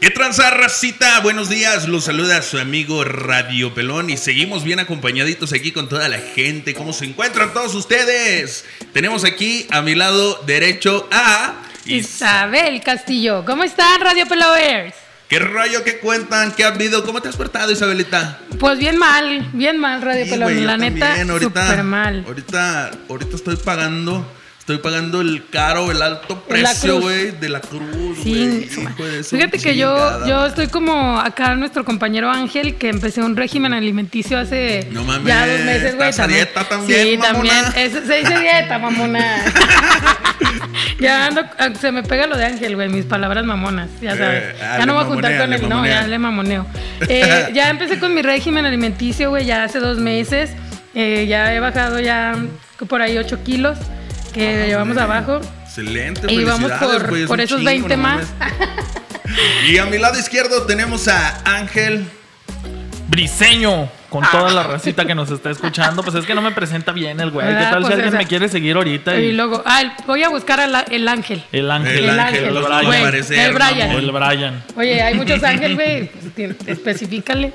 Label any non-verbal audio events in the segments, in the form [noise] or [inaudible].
¿Qué tranza, racita? Buenos días, los saluda su amigo Radio Pelón y seguimos bien acompañaditos aquí con toda la gente. ¿Cómo se encuentran todos ustedes? Tenemos aquí a mi lado derecho a... Isabel Castillo. ¿Cómo están, Radio Pelovers? ¿Qué rollo que cuentan? ¿Qué ha habido? ¿Cómo te has portado, Isabelita? Pues bien mal, bien mal, Radio Sí, Pelón. güey, yo La neta, también, súper mal. Ahorita, ahorita estoy pagando, estoy pagando el caro, el alto precio, cruz. güey, de la cruz, Sí, güey. Hijo de su fíjate que yo, chingada, yo madre. estoy como acá nuestro compañero Ángel, que empecé un régimen alimenticio hace No mames, ya dos meses, güey. ¿estás a dieta también, Sí, mamona? también. Eso se dice dieta, [laughs] mamona. ya ando, ah, se me pega lo de Ángel, güey, mis palabras mamonas, ya Eh, sabes. ah, ya no le voy a juntar mamonea, con le él, no, mamonea. ya [laughs] le mamoneo. Eh, ya empecé con mi régimen alimenticio, güey, ya hace dos meses. Eh, ya he bajado ya por ahí 8 kilos que llevamos abajo. Excelente, Y vamos felicidades, por, güey, es por un esos chingo, 20 no más. mames. Y a mi lado izquierdo tenemos a Ángel. Briseño, con Ah. toda la racita que nos está escuchando, pues es que no me presenta bien el güey. ¿Qué ¿Verdad? tal si Pues, alguien o sea, me quiere seguir ahorita? Y Y luego, ah, el- voy a buscar al a- el ángel. el ángel, El el, ángel, el los Brian. dos güey, parecer, el Brian. mamón. Brian. Oye, hay muchos ángeles, güey. pues, tien- Especifícale.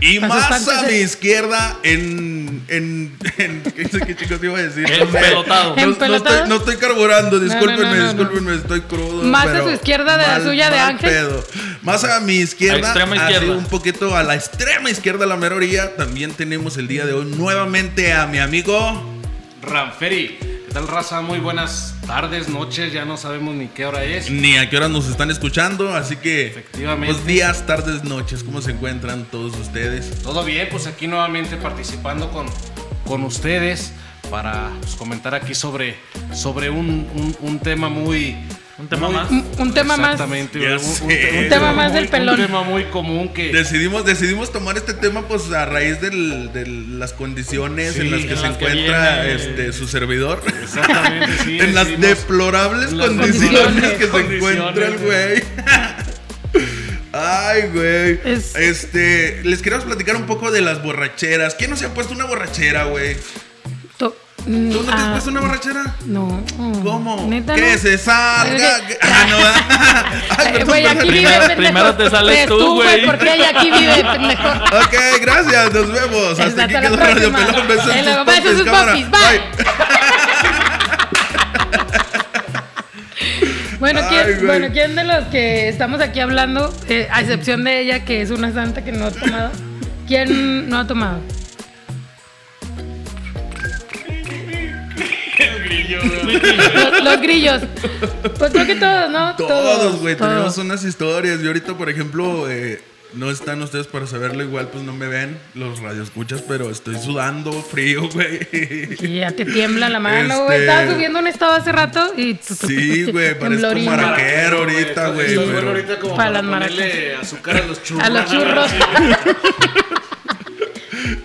Y Para sus más a partes mi de- izquierda en... en, en- [laughs] ¿qué, qué chicos iba a decir? Empelotado. No, no estoy, ¿Empelotado? no estoy carburando, discúlpenme, no, no, no. discúlpenme, estoy crudo. Más a pero su izquierda de la suya de Ángel. pedo. Más a mi izquierda, A extrema así izquierda. un poquito a la extrema izquierda, a la mera orilla, también tenemos el día de hoy nuevamente a mi amigo... Ranferi, ¿qué tal raza? Muy buenas tardes, noches, ya no sabemos ni qué hora es. Ni a qué hora nos están escuchando, así que... Efectivamente. Pues días, tardes, noches, ¿cómo se encuentran todos ustedes? Todo bien, pues aquí nuevamente participando con, con ustedes para pues, comentar aquí sobre, sobre un, un- un tema muy... Un tema muy- más. Un, un tema más. Exactamente, Ya sé. Un tema más muy- del pelón. Un tema muy común que... Decidimos, decidimos tomar este tema pues a raíz del- de las condiciones Sí, en las que en se las que encuentra viene. este, su servidor. Exactamente, sí, [laughs] en las decidimos- deplorables en las condiciones, condiciones, que se condiciones, encuentra el güey. [laughs] Ay, güey. Es- Este, les queremos platicar un poco de las borracheras. ¿Quién no se ha puesto una borrachera, güey? to- ¿Tú no te has ah, puesto una borrachera? No. mm, ¿Cómo? Neta, que no. se salga. Oye, Ah, no. [laughs] ah. Ay, Eh, perdón, Güey, perdón. aquí vive, Primero- pendejo. [laughs] primero te sales Pues tú, güey. ¿Por qué? Y aquí vive, pendejo. Ok, gracias, nos vemos. Hasta Hasta aquí la quedó Radio próxima. Pelón. Besos en Eh, sus luego, besos en popis, sus cámara. popis, bye. Bueno, Ay, ¿quién, güey. bueno, ¿quién de los que estamos aquí hablando, eh, a excepción de ella, que es una santa que no ha tomado? ¿Quién no ha tomado? Los, los grillos. Pues creo que todos, ¿no? Todos, güey, todos. tenemos unas historias. Y ahorita, por ejemplo, eh, no están ustedes para saberlo, igual pues no me ven los radioescuchas, pero estoy sudando frío, [laughs] güey. Y ya te tiembla la mano, güey. Este- Estaba subiendo un estado hace rato y... Sí, güey, parezco Temblorina. maraquero ahorita, güey. Estoy bueno pero- ahorita como Para para las maracas. ponerle azúcar a los churros. A los churros.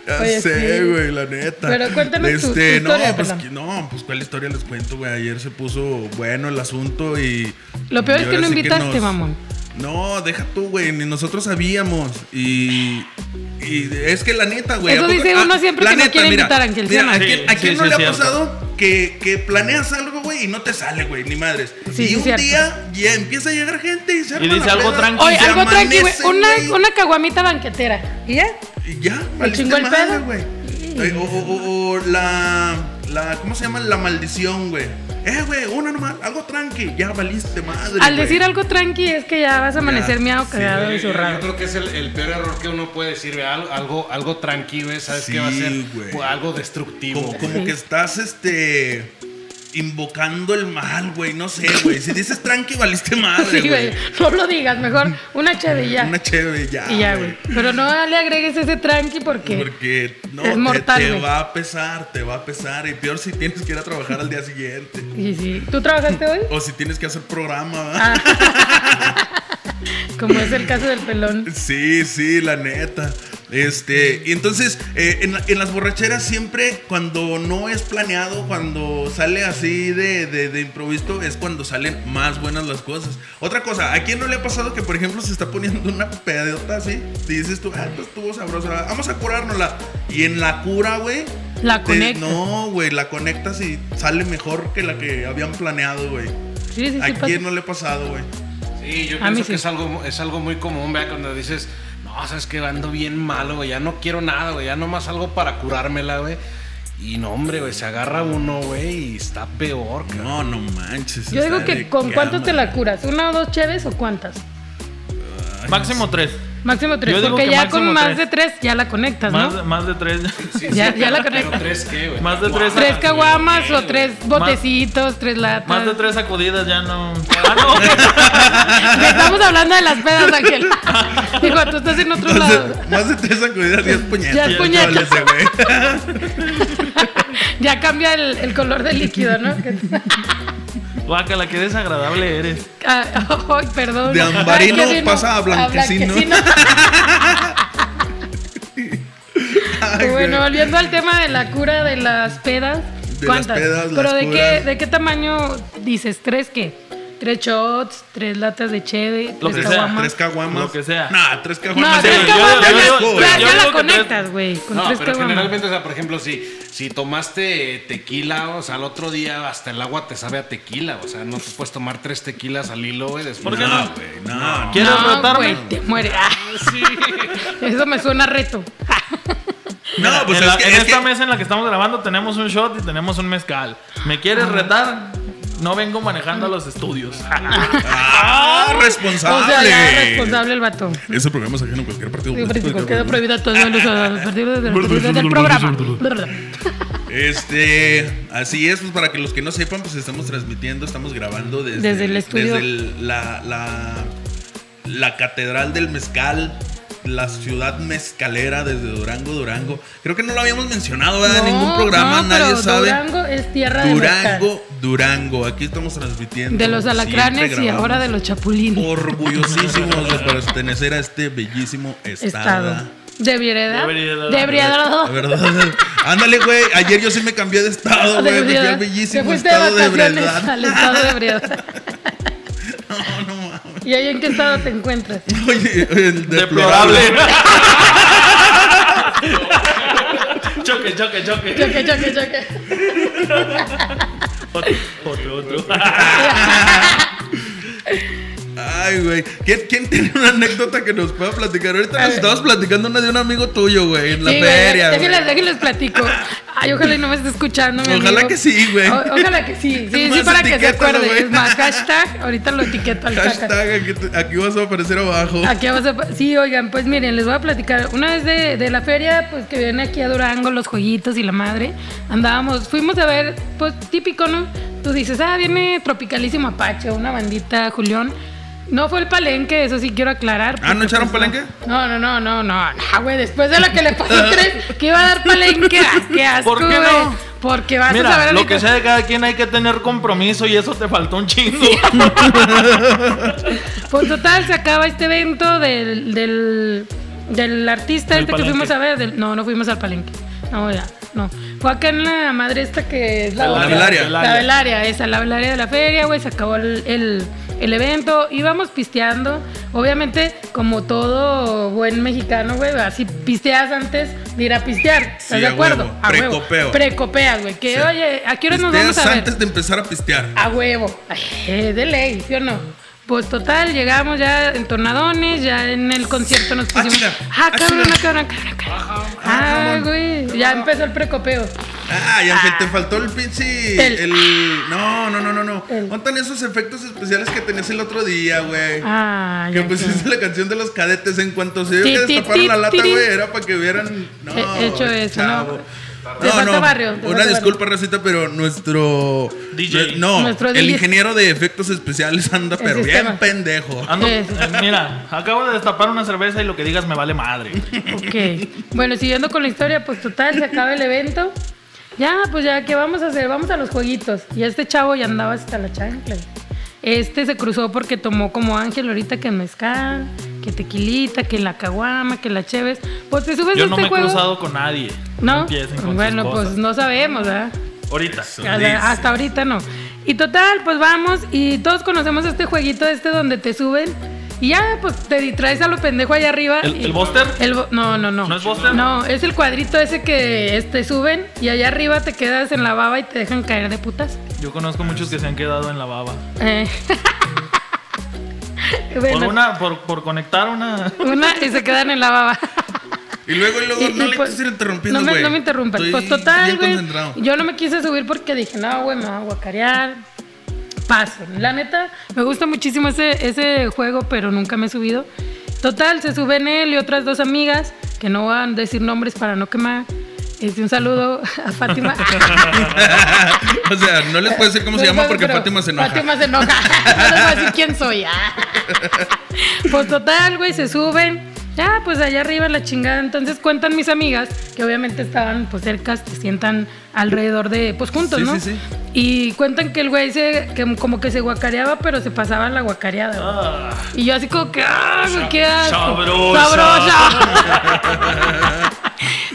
Ya Oye, sé, sí. güey, la neta. Pero cuéntanos tu- tu no, historia, pues, perdón. que- no, pues cuál historia les cuento, güey. Ayer se puso bueno el asunto y. Lo peor es y que ahora no sí invitaste, nos- mamón. No, deja tú, güey. Ni nosotros sabíamos. Y. Y es que la neta, güey. Eso ¿a poco- Ah, dice uno siempre la que no quiere mira, invitar, Ángel, ¿sí mira, o no? ¿A quién, Sí, a quién sí, no sí, le ha cierto. pasado que, que planeas algo, güey, y no te sale, güey, ni madres? Sí, y sí, un cierto. día ya empieza a llegar gente y se arma dice la algo peda, tranqui. Oye, se algo tranqui, güey. amanece, Una, güey. una caguamita banquetera. ¿Y ya? Y ya, valiste chingó el madre, pedo? güey. Ay, O, o- o- o la, la. ¿Cómo se llama? La maldición, güey. Eh, güey, una nomás, algo tranqui. Ya valiste madre. Al güey. decir algo tranqui es que ya vas a amanecer Ya, miado, sí. cagado y Eh, Yo zurrado. creo que es el, el peor error que uno puede decir, vea, algo, algo, algo tranquilo, ¿eh? sabes Sí, que va a ser güey. pues, algo destructivo. Como, güey. como que estás, este. Invocando el mal, güey. No sé, güey. Si dices tranqui, valiste madre, [laughs] Sí, güey. güey. No lo digas, mejor una chavilla. Una chévere, ya. Pues Y ya, güey. Pero no le agregues ese tranqui porque. Porque no, Es te- mortal, te, güey. va a pesar, te va a pesar. Y peor si tienes que ir a trabajar al día siguiente. Sí, sí. ¿Tú trabajaste hoy? O si tienes que hacer programa, ¿verdad? Como es el caso del pelón. Sí, sí, la neta. Este, y entonces, eh, en, la- en las borracheras siempre, cuando no es planeado, cuando sale así de, de, de improviso, es cuando salen más buenas las cosas. Otra cosa, ¿a quién no le ha pasado que, por ejemplo, se está poniendo una pedota así? Y dices tú, ah, pues estuvo sabrosa, vamos a curárnosla. Y en la cura, güey. La te- conectas. No, güey, la conectas y sale mejor que la que habían planeado, güey. Sí, sí, sí. ¿A pasa. quién no le ha pasado, güey? Sí, Sí, yo A mí pienso sí. que es algo, es algo muy común, vea, cuando dices, no, sabes que ando bien malo, güey, ya no quiero nada, güey, ya nomás algo para curármela, güey. Y no, hombre, güey, se agarra uno, güey, y está peor, cabrón. No, no manches. Yo digo está que de con cuántos te la cámara. curas, una o dos cheves o cuántas. Máximo tres. Máximo tres, Yo digo porque que ya máximo con más tres. de tres ya la conectas, Más, ¿no? más de tres. Sí, Ya- sí, ya la pero conecté. tres qué, güey. Más de tres. Ah, Tres caguamas güey. o tres botecitos, tres latas. Más de tres sacudidas ya no. Ah, no. [laughs] Estamos hablando de las pedas, Ángel. Digo, tú estás en otro lado. Entonces, más de tres sacudidas, diez puñetas. Ya es puñetas. Chale, ese [laughs] güey. Ya cambia el, el color del líquido, ¿no? Que- Guácala, qué desagradable eres. Ah, [laughs] Ay, perdón. De ambarino Ay, qué Ah, vino. pasa a blanquecino. Ay, bueno, güey. volviendo al tema de la cura de las pedas. De ¿Cuántas? las pedas, Pero las de qué, curas. de qué tamaño dices, tres qué? Tres shots, tres latas de cheve, Lo tres que sea, caguamas. Tres caguamas. Lo que sea. Nah, tres caguamas. No, Sí, tres yo- caguamas. yo- ya- yo- ya ya la yo digo que tres. conectas, güey. Con No, tres pero caguamas. generalmente, o sea, por ejemplo, si, si tomaste tequila, o sea, al otro día hasta el agua te sabe a tequila, o sea, no te puedes tomar tres tequilas al hilo, güey, después. ¿Por qué No, no? güey, no. ¿Quieres no, retarme? güey, te muere. Ah, Eso me suena a reto. No, pues en es la- que. en es esta que- mesa en la que estamos grabando tenemos un shot y tenemos un mezcal. ¿Me Ah. quieres retar? No vengo manejando a los estudios. Ah, responsable. O sea, ya es responsable el vato. Ese programa es ajeno a cualquier partido. Sí, político, Francisco, creo queda que- prohibido a todos los ah, a partir de- de- del programa. Este, así es, pues para que los que no sepan, pues estamos transmitiendo, estamos grabando desde, Desde el estudio. Desde el- la, la, la Catedral del Mezcal, la ciudad mezcalera desde Durango, Durango. Creo que no lo habíamos mencionado ¿verdad? en ningún No, programa, no, nadie pero sabe. Durango es tierra de mezcal. Durango, Durango, aquí estamos transmitiendo. de los alacranes Siempre y ahora de grabamos. los chapulines. Orgullosísimos de pertenecer a este bellísimo estado. Estado. De Briedad. De Briedad. De La Briedad. verdad. Ándale, güey. Ayer yo sí me cambié de [laughs] estado, güey. Me fui al Te bellísimo fuiste de estado de vacaciones verdad. al estado de Briedad. [laughs] No, no mames. ¿Y ahí en qué estado te encuentras? Oye, el Deplorable. deplorable. choque, choque, choque. Choque, choque, choque. [laughs] Otro, otro, otro. Ay, güey. ¿Quién, quién tiene una anécdota que nos pueda platicar? Ahorita nos estabas platicando una de un amigo tuyo, güey. En la Sí, güey, feria. güey. Déjenles, déjenles platico. Ay, ojalá y no me esté escuchando, mi Ojalá amigo. que sí, güey. O- ojalá que sí. Sí, Es más, sí, para que se etiquétalo, acuerde. güey. Es más, hashtag, ahorita lo etiqueto al hashtag. Hashtag, aquí, te- aquí vas a aparecer abajo. Aquí vamos a... Sí, oigan, pues miren, les voy a platicar. Una vez de, de la feria, pues que vienen aquí a Durango, los joyitos y la madre, andábamos, fuimos a ver, pues típico, ¿no? Tú dices, ah, viene Tropicalísimo Apache, una bandita, Julián. No fue el palenque, eso sí quiero aclarar. Ah, ¿no porque, echaron pues, palenque? No, no, no, no, no, no, güey, después de lo que le pasó a tres, que iba a dar palenque, ah, qué asco, ¿Por qué güey. no? Porque vas a Mira, Ah, saber lo ahorita- que sea de cada quien hay que tener compromiso y eso te faltó un chingo. Pues total, se acaba este evento del, del, del artista Del este que palenque. fuimos a ver. del- no, no fuimos al palenque. No, ya, no. Fue acá en la madre esta que es la, La otra. velaria. La velaria, esa, la velaria de la feria, güey. Se acabó el, el, el evento. Íbamos pisteando. Obviamente, como todo buen mexicano, güey, así pisteas antes de ir a pistear. ¿Estás Sí, de a acuerdo? huevo. A huevo. Precopeo. Precopeas, güey. Que, Sí. oye, ¿a qué hora nos Pisteas vamos a ver? antes de empezar a pistear. A huevo. Ay, eh, de ley, ¿sí o no? Pues total, llegamos ya entonadones, ya en el concierto nos Ah, pusimos. chinga. Ah, Ah, cabrón, chinga. ah, cabrón, cabrón, cabrón. Ah, güey. Ya empezó el precopeo. Ah, y Ángel, te faltó el pinche. El- El. No, no, no, no, no. El- Montan esos efectos especiales que tenías el otro día, güey. Ah, que ya pusiste sé. la canción de los cadetes. En cuanto se vio Ti, que ti, destaparon ti, la lata, tiri. güey, era para que vieran. No, este He- hecho eso, chavo. no. Te falta barrio, te Una falta disculpa, Racita, pero nuestro. DJ. No, Nuestro el DJ. ingeniero de efectos especiales anda, pero bien sistema. pendejo. [laughs] Ando- Sí, sí. eh, mira, acabo de destapar una cerveza y lo que digas me [laughs] vale madre. Pues Ok. Bueno, siguiendo con la historia, pues total, se acaba el evento. Ya, pues ya, ¿qué vamos a hacer? Vamos a los jueguitos. Y este chavo ya andaba hasta la chancla. Este se cruzó porque tomó como Ángel ahorita que mezcal, que tequilita, que la caguama, que la cheves. Pues te subes a Yo este no me he juego. cruzado con nadie. No, empiecen con sus bueno, pues cosas. no sabemos, ¿verdad? Ahorita. O sea, hasta ahorita no. Y total, pues vamos y todos conocemos este jueguito este donde te suben y ya, pues te distraes a lo pendejo allá arriba. ¿El- y- el Buster? El bo- no, no, no. ¿No es Buster? No, es el cuadrito ese que este, suben y allá arriba te quedas en la baba y te dejan caer de putas. [laughs] Yo conozco muchos que se han quedado en la baba. Eh. Bueno, Por, una, por, por conectar una. [laughs] una y se quedan en la baba. Y luego, y luego, Y- no y le pues, quise ir interrumpiendo, no güey. me, no me interrumpan. Estoy pues total, bien güey. concentrado. Yo no me quise subir porque dije, no, güey, me voy a guacarear. Paso. La neta, me gusta muchísimo ese, ese juego, pero nunca me he subido. Total, se suben él y otras dos amigas, que no van a decir nombres para no quemar. Este, un saludo [laughs] a Fátima. [laughs] o sea, no les puedo decir cómo se No llama sabe, porque Pues, pero Fátima se enoja. Fátima [laughs] se enoja. [laughs] No les voy a decir quién soy. ah. Pues total, güey, se suben. Ya, pues allá arriba la chingada. Entonces cuentan mis amigas, que obviamente estaban pues cercas, se sientan alrededor de, pues juntos, Sí, ¿no? sí, sí. Y cuentan que el güey se, que como que se guacareaba, pero se pasaba la guacareada. güey. Ah, Y yo así como que, ah, güey, qué asco. Sabrosa. Sabrosa.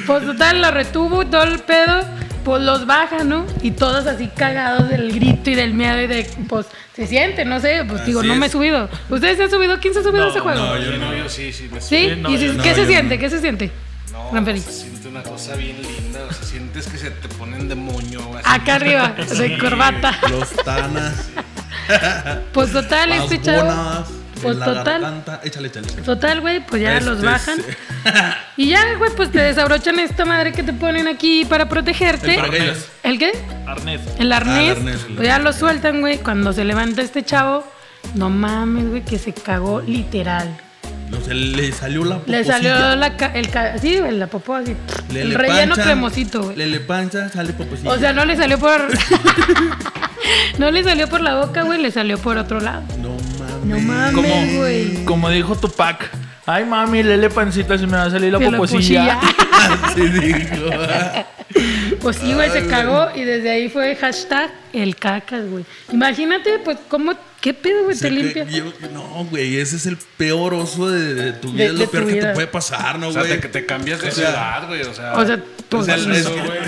pues total, lo retuvo y todo el pedo. Pues los baja, ¿no? Y todos así cagados del grito y del miedo y de, pues, se siente, no sé, pues Así digo, no es. me he subido. ¿Ustedes se han subido? ¿Quién se ha subido a No, ese juego? no, yo [laughs] Yo no. no, yo sí, sí. Me ¿Sí? Sí, no, ¿Y si- yo no, ¿Qué se yo siente? ¿Qué se siente? No, pues, Gran Félix. se siente una cosa bien linda. O sea, sientes que se te ponen de moño. así. Acá arriba, de corbata. Los [laughs] tanas. Pues total, las este chavo. bonas, Pues en la total, garganta. Échale, échale. total, güey, pues ya los Este, bajan. sí. Y ya, güey, pues te desabrochan esta madre que te ponen aquí para protegerte. El paracaídas. ¿El qué? Arnés. El arnés. arnés, Ah, el pues ya lo sueltan, güey. Cuando se levanta este chavo, no mames, güey, que se cagó literal. No, se le salió la Le poposilla. salió la ca- el ca- sí, güey, la popó así. el Lele relleno pancha, cremosito, güey. Lele pancha, sale poposilla. O sea, no le salió [laughs] por No le salió por la boca, güey, le salió por otro lado. no mames. No mames, Como, güey. como dijo Tupac. Ay, mami, lele pancita, se me va a salir la Se la puchilla. poposilla. [laughs] Así dijo. [laughs] Pues sí, güey, Ay, se güey. cagó y desde ahí fue hashtag el cacas, güey. Imagínate, pues, cómo, qué pedo, güey, Se te que- limpia. yo- no, güey, ese es el peor oso de, de tu vida, De- es de lo tu peor que te vida. puede pasar, ¿no, O sea, güey? te, que te cambias de sea, ciudad, güey. O sea, O sea, pues, O sea, sí, es eso, que- güey.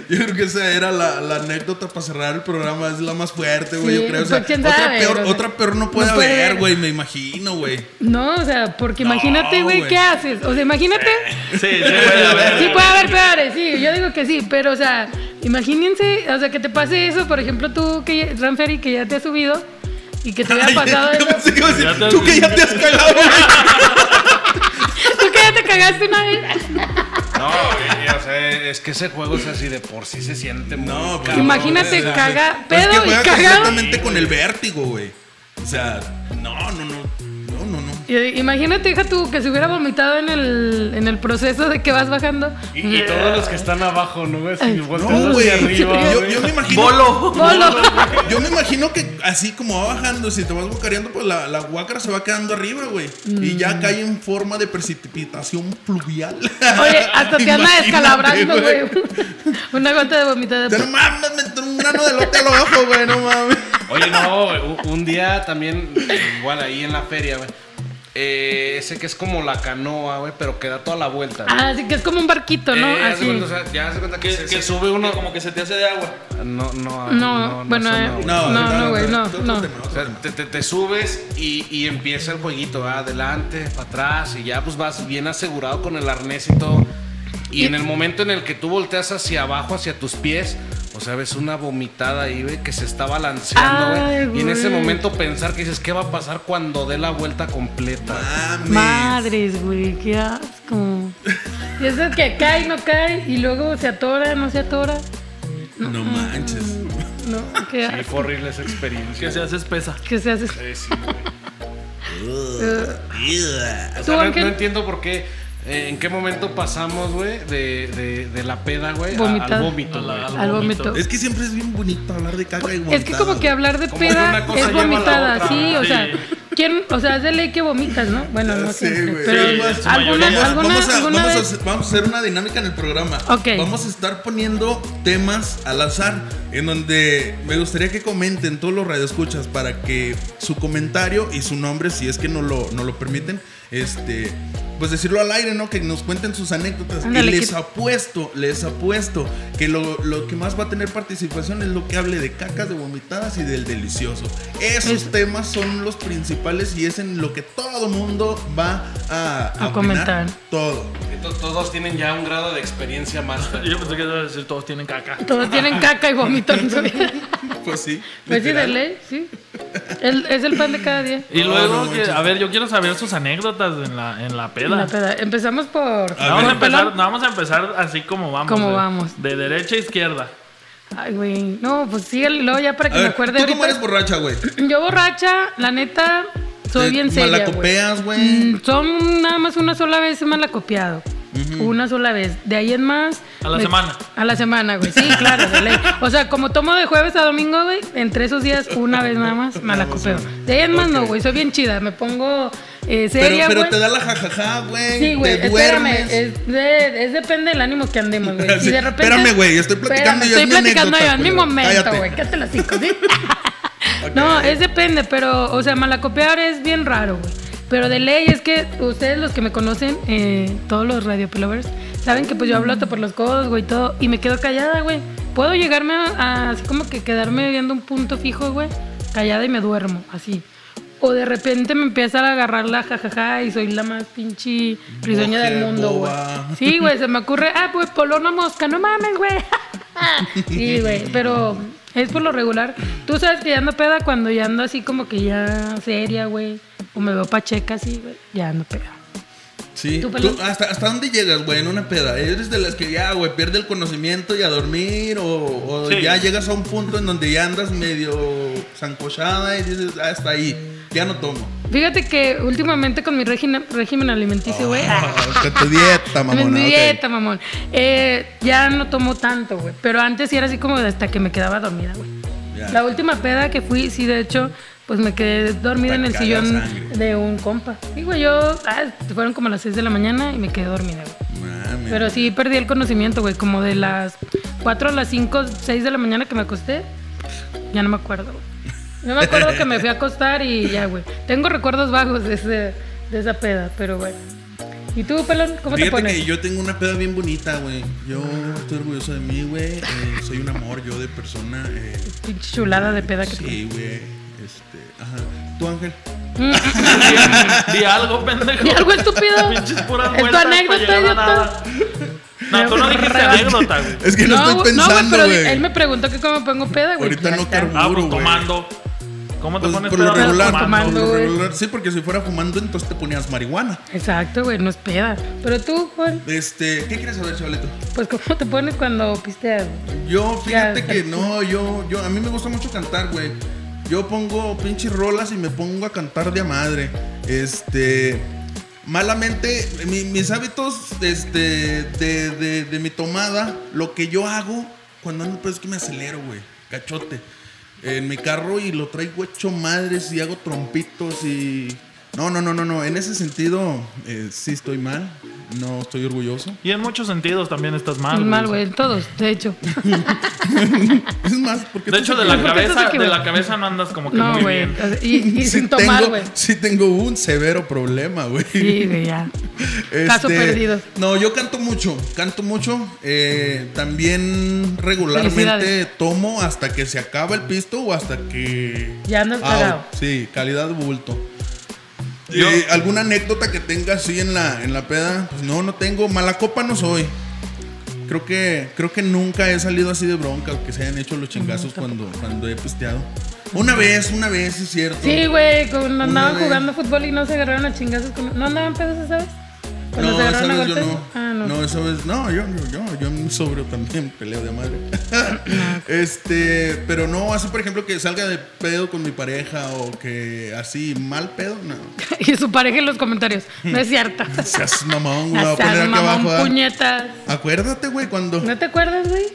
[laughs] yo creo que esa era la, la anécdota para cerrar el programa, es la más fuerte, güey. Sí, yo creo, o sea, pues, quién otra, sabe, peor, o sea, otra peor no puede no puede haber, haber. güey, me imagino, güey. No, o sea, porque imagínate, güey, güey. ¿qué haces? O sea, imagínate. [laughs] Sí, sí, güey, a ver. Sí, puede haber peores, sí, yo digo que sí, pero, o sea, imagínense, o sea, que te pase eso, por ejemplo, tú, que ya- Ranferi, que ya te has subido y que te hubiera Ay, [laughs] pasado yo eso. pensé que iba a decir, Ya te- tú que ya te has cagado, güey. Tú que ya te cagaste una vez. No, güey, o sea, es que ese juego es así de por sí se siente muy No, pues, cabrón. Imagínate, güey, caga, Pero pedo y juega cagado. completamente con el vértigo, güey. O sea, no, no, no. No, no, no. Y- Imagínate, hija, tú, que se hubiera vomitado en el, en el proceso de que vas bajando. Y, y todos los que están abajo, ¿no? ves? Y volteando No, güey. hacia arriba, Yo, güey. yo me imagino. Bolo. Bolo. Yo me imagino que así como va bajando, si te vas bocareando, pues la, la guácara se va quedando arriba, güey. Y Mm. ya cae en forma de precipitación pluvial. Oye, hasta te anda [laughs] Imagínate, descalabrando, güey. Una gota de vomitada. O sea, No mames, me entró un grano de lote al ojo, güey, no mames. Oye, no, güey, u- un día también, igual ahí en la feria, güey. eh, ese que es como la canoa, güey, pero que da toda la vuelta. güey. Ah, así que es como un barquito, ¿no? Ah, Eh, haz de Así. cuenta, o sea, ya haz de cuenta que, se, se sube uno. como que se te hace de agua. No, no, No, bueno, eso eh, güey. No, no, güey, no, otro no. tema, otro O sea, tema. te, te- te subes y, y empieza el jueguito, ¿va? adelante, para atrás, y ya pues vas bien asegurado con el arnés y todo. Y en el momento en el que tú volteas hacia abajo, hacia tus pies, o sea, ves una vomitada ahí, güey, que se está Ay, balanceando, güey. Y en ese güey. momento pensar que dices, ¿qué va a pasar cuando dé la vuelta completa? Mames. Madres, güey, qué asco. Y eso es que cae, no cae, y luego se atora, no se atora. No manches. No, qué Y asco. fue horrible esa Que experiencia. se hace espesa. Que se hace. Sí, sí, güey. O Tú, sea, no- no, Ángel. entiendo por qué. eh, ¿En qué momento pasamos, güey, de, de- de la peda, güey, a- al Vomitar. vómito, A la- güey? a la- Al vómito. Es que siempre es bien bonito hablar de caca y Es que vomitada, como que güey. hablar de Como que peda una cosa es lleva a la vomitada, otra, sí, o sí. sea, ¿quién, o sea, es de ley que vomitas, ¿no? Bueno, Ya no sé, siempre, güey. pero Sí, en su alguna, mayoría. alguna, vamos, a, alguna vamos a vez- hacer- vamos a hacer una dinámica en el programa. Ok. Vamos a estar poniendo temas al azar, en donde me gustaría que comenten todos los radioescuchas para que su comentario y su nombre, si es que no lo, no lo permiten, este, pues decirlo al aire, ¿no? Que nos cuenten sus anécdotas. Ándale, y les que- apuesto, les apuesto que lo, lo que más va a tener participación es lo que hable de cacas, de vomitadas y del delicioso. Esos Eso. temas son los principales y es en lo que todo mundo va a A opinar comentar. Todo. Entonces, Todos tienen ya un grado de experiencia [laughs] más. Yo pensé que iba a decir todos tienen caca. [laughs] todos tienen caca y vómito en su vida. Pues sí. [laughs] Pues sí, de literal. ley, sí. El- es el pan de cada día. Y No, luego, no que- manches. a ver, yo quiero saber sus anécdotas en la, en la peda. Ah, La peda. Empezamos por. A Vamos, ver. a empezar, vamos a empezar así como vamos. Como eh. vamos. De derecha [laughs] a izquierda. Ay, güey. No, pues síguele luego ya para que A me ver, acuerde. ¿tú cómo ahorita. eres borracha, güey? Yo borracha, la neta, soy Te bien seria. güey. Malacopeas, güey. Mm, Son nada más una sola vez me han copiado. Una sola vez. De ahí en más. A la me- semana. A la semana, güey. Sí, claro, de ley. O sea, como tomo de jueves a domingo, güey, entre esos días una vez nada [laughs] más me la copeo. De ahí en más no, güey. Soy bien chida. Me pongo eh, Pero, seria, pero güey. te da la jajaja, güey. Sí, güey, Te espérame, duermes. es, de- es depende del ánimo que andemos, [laughs] güey. Sí, Si de repente... espérame, güey, estoy platicando yo, Estoy es mi platicando anécdota, yo en mi culero. momento, Cállate. güey. Cállate los cinco, ¿sí? [laughs] No, es depende, pero, o sea, malacopear es bien raro, güey. Pero de ley es que ustedes, los que me conocen, eh, todos los radiopelovers, saben que pues yo hablo hasta por los codos, güey, y todo, y me quedo callada, güey. Puedo llegarme a, a- así como que quedarme viendo un punto fijo, güey, callada y me duermo, así. O de repente me empieza a agarrar la jajaja y soy la más pinche risueña del Mujer mundo, güey. boba. Sí, güey, se me ocurre, ah, pues polón o mosca, no mames, güey. [laughs] Sí, güey, pero es por lo regular. Tú sabes que ya ando peda cuando ya ando así como que ya seria, güey. O me veo pacheca así, güey. Ya ando peda. Sí. ¿Tú, ¿Tú Pelón? hasta, ¿Hasta dónde llegas, güey, en una peda? ¿Eres de las que ya, güey, pierde el conocimiento y a dormir? ¿O, o Sí. ya llegas a un punto en donde ya andas medio zancochada y dices, ah, hasta ahí, ya no tomo? Fíjate que últimamente con mi régimen, régimen alimenticio, güey. [laughs] Con Ah, tu dieta, En mamona, [laughs] mi ok. dieta, mamón. Eh, ya no tomo tanto, güey. Pero antes sí era así como de hasta que me quedaba dormida, güey. Ya. La última peda que fui, sí, de hecho, pues me quedé dormida en el Te caga sillón sangre. de un compa. Sí, güey, yo. ah, fueron como las 6 de la mañana y me quedé dormida, güey. Mami. Pero sí perdí el conocimiento, güey. Como de las 4 a las 5, 6 de la mañana que me acosté, ya no me acuerdo, güey. No me acuerdo que me fui a acostar y ya, güey. Tengo recuerdos vagos de, ese- de esa peda, pero bueno. ¿Y tú, pelón? ¿Cómo te Fíjate pones? que yo tengo una peda bien bonita, güey. Yo estoy orgulloso de mí, güey. Eh, soy un amor yo de persona. eh, Pinche chulada de peda que sí, güey. Este, ajá. ¿Tú, Ángel? [laughs] Di algo, pendejo. Di Mm, algo estúpido. [laughs] Pinches puras Es tu vueltas pa' anécdota, llegar a idiota. nada. No, tú no dijiste Rebas- anécdota, güey. Es que no, estoy güey, pensando, pero güey. él me preguntó que cómo me pongo peda, güey. Ahorita Ya no está. carbo. Ah, Seguro, pues güey. tomando. ¿Cómo te Pues, pones por lo pedo? regular, Tomando. por lo güey. regular. Sí, porque si fuera fumando, entonces te ponías marihuana. Exacto, güey, no es peda. Pero tú, Juan, Este, ¿qué quieres saber, chavalito? pues cómo te pones cuando pisteas. Yo, fíjate Ya, que no, yo, yo, a mí me gusta mucho cantar, güey. Yo pongo pinches rolas y me pongo a cantar de a madre. Este, malamente, mi- mis hábitos, este, de, de- de mi tomada, lo que yo hago cuando ando, pues es que me acelero, güey, cachote. En mi carro y lo traigo hecho madres y hago trompitos y... No, no, no, no, no. En ese sentido, eh, sí estoy mal. No estoy orgulloso. [laughs] Y en muchos sentidos también estás mal. Es mal, güey, todos, de hecho. Es más, porque... De hecho, de la ¿Por qué estás cabeza, aquí, de güey? la cabeza no andas como que No, muy güey. bien. [laughs] o sea, Y, y sin tomar, tengo, güey. sí tengo un severo problema, güey. Este, Sí, güey, ya. Caso perdido. No, yo canto mucho, canto mucho. eh, también regularmente Felicidades. tomo hasta que se acaba el pisto o hasta que... Ya andas Au, cagado. Sí, calidad bulto. Yo- Eh, ¿Alguna anécdota que tengas así en la, en la peda? Pues no, no tengo. Mala copa no soy. Creo que, creo que nunca he salido así de bronca o que se hayan hecho los chingazos cuando, cuando he pisteado. Una vez, una vez, sí es cierto. Sí, güey, cuando andaban vez. jugando fútbol y no se agarraron a chingazos. con- ¿No andaban pedos esa vez? Cuando No, se esa agarraron vez yo golpes. no. Ah, no. No, esa vez. No, yo, yo, yo, yo en sobrio también [laughs] peleo de madre. este, pero no, así por ejemplo que salga de pedo con mi pareja o que así mal pedo, no. [laughs] Y su pareja en los comentarios. No [laughs] es cierta. [laughs] Seas mamón, güey, voy a poner Gracias, aquí mamón, abajo. ¿ah? puñetas. Acuérdate, güey, cuando. ¿No te acuerdas, güey?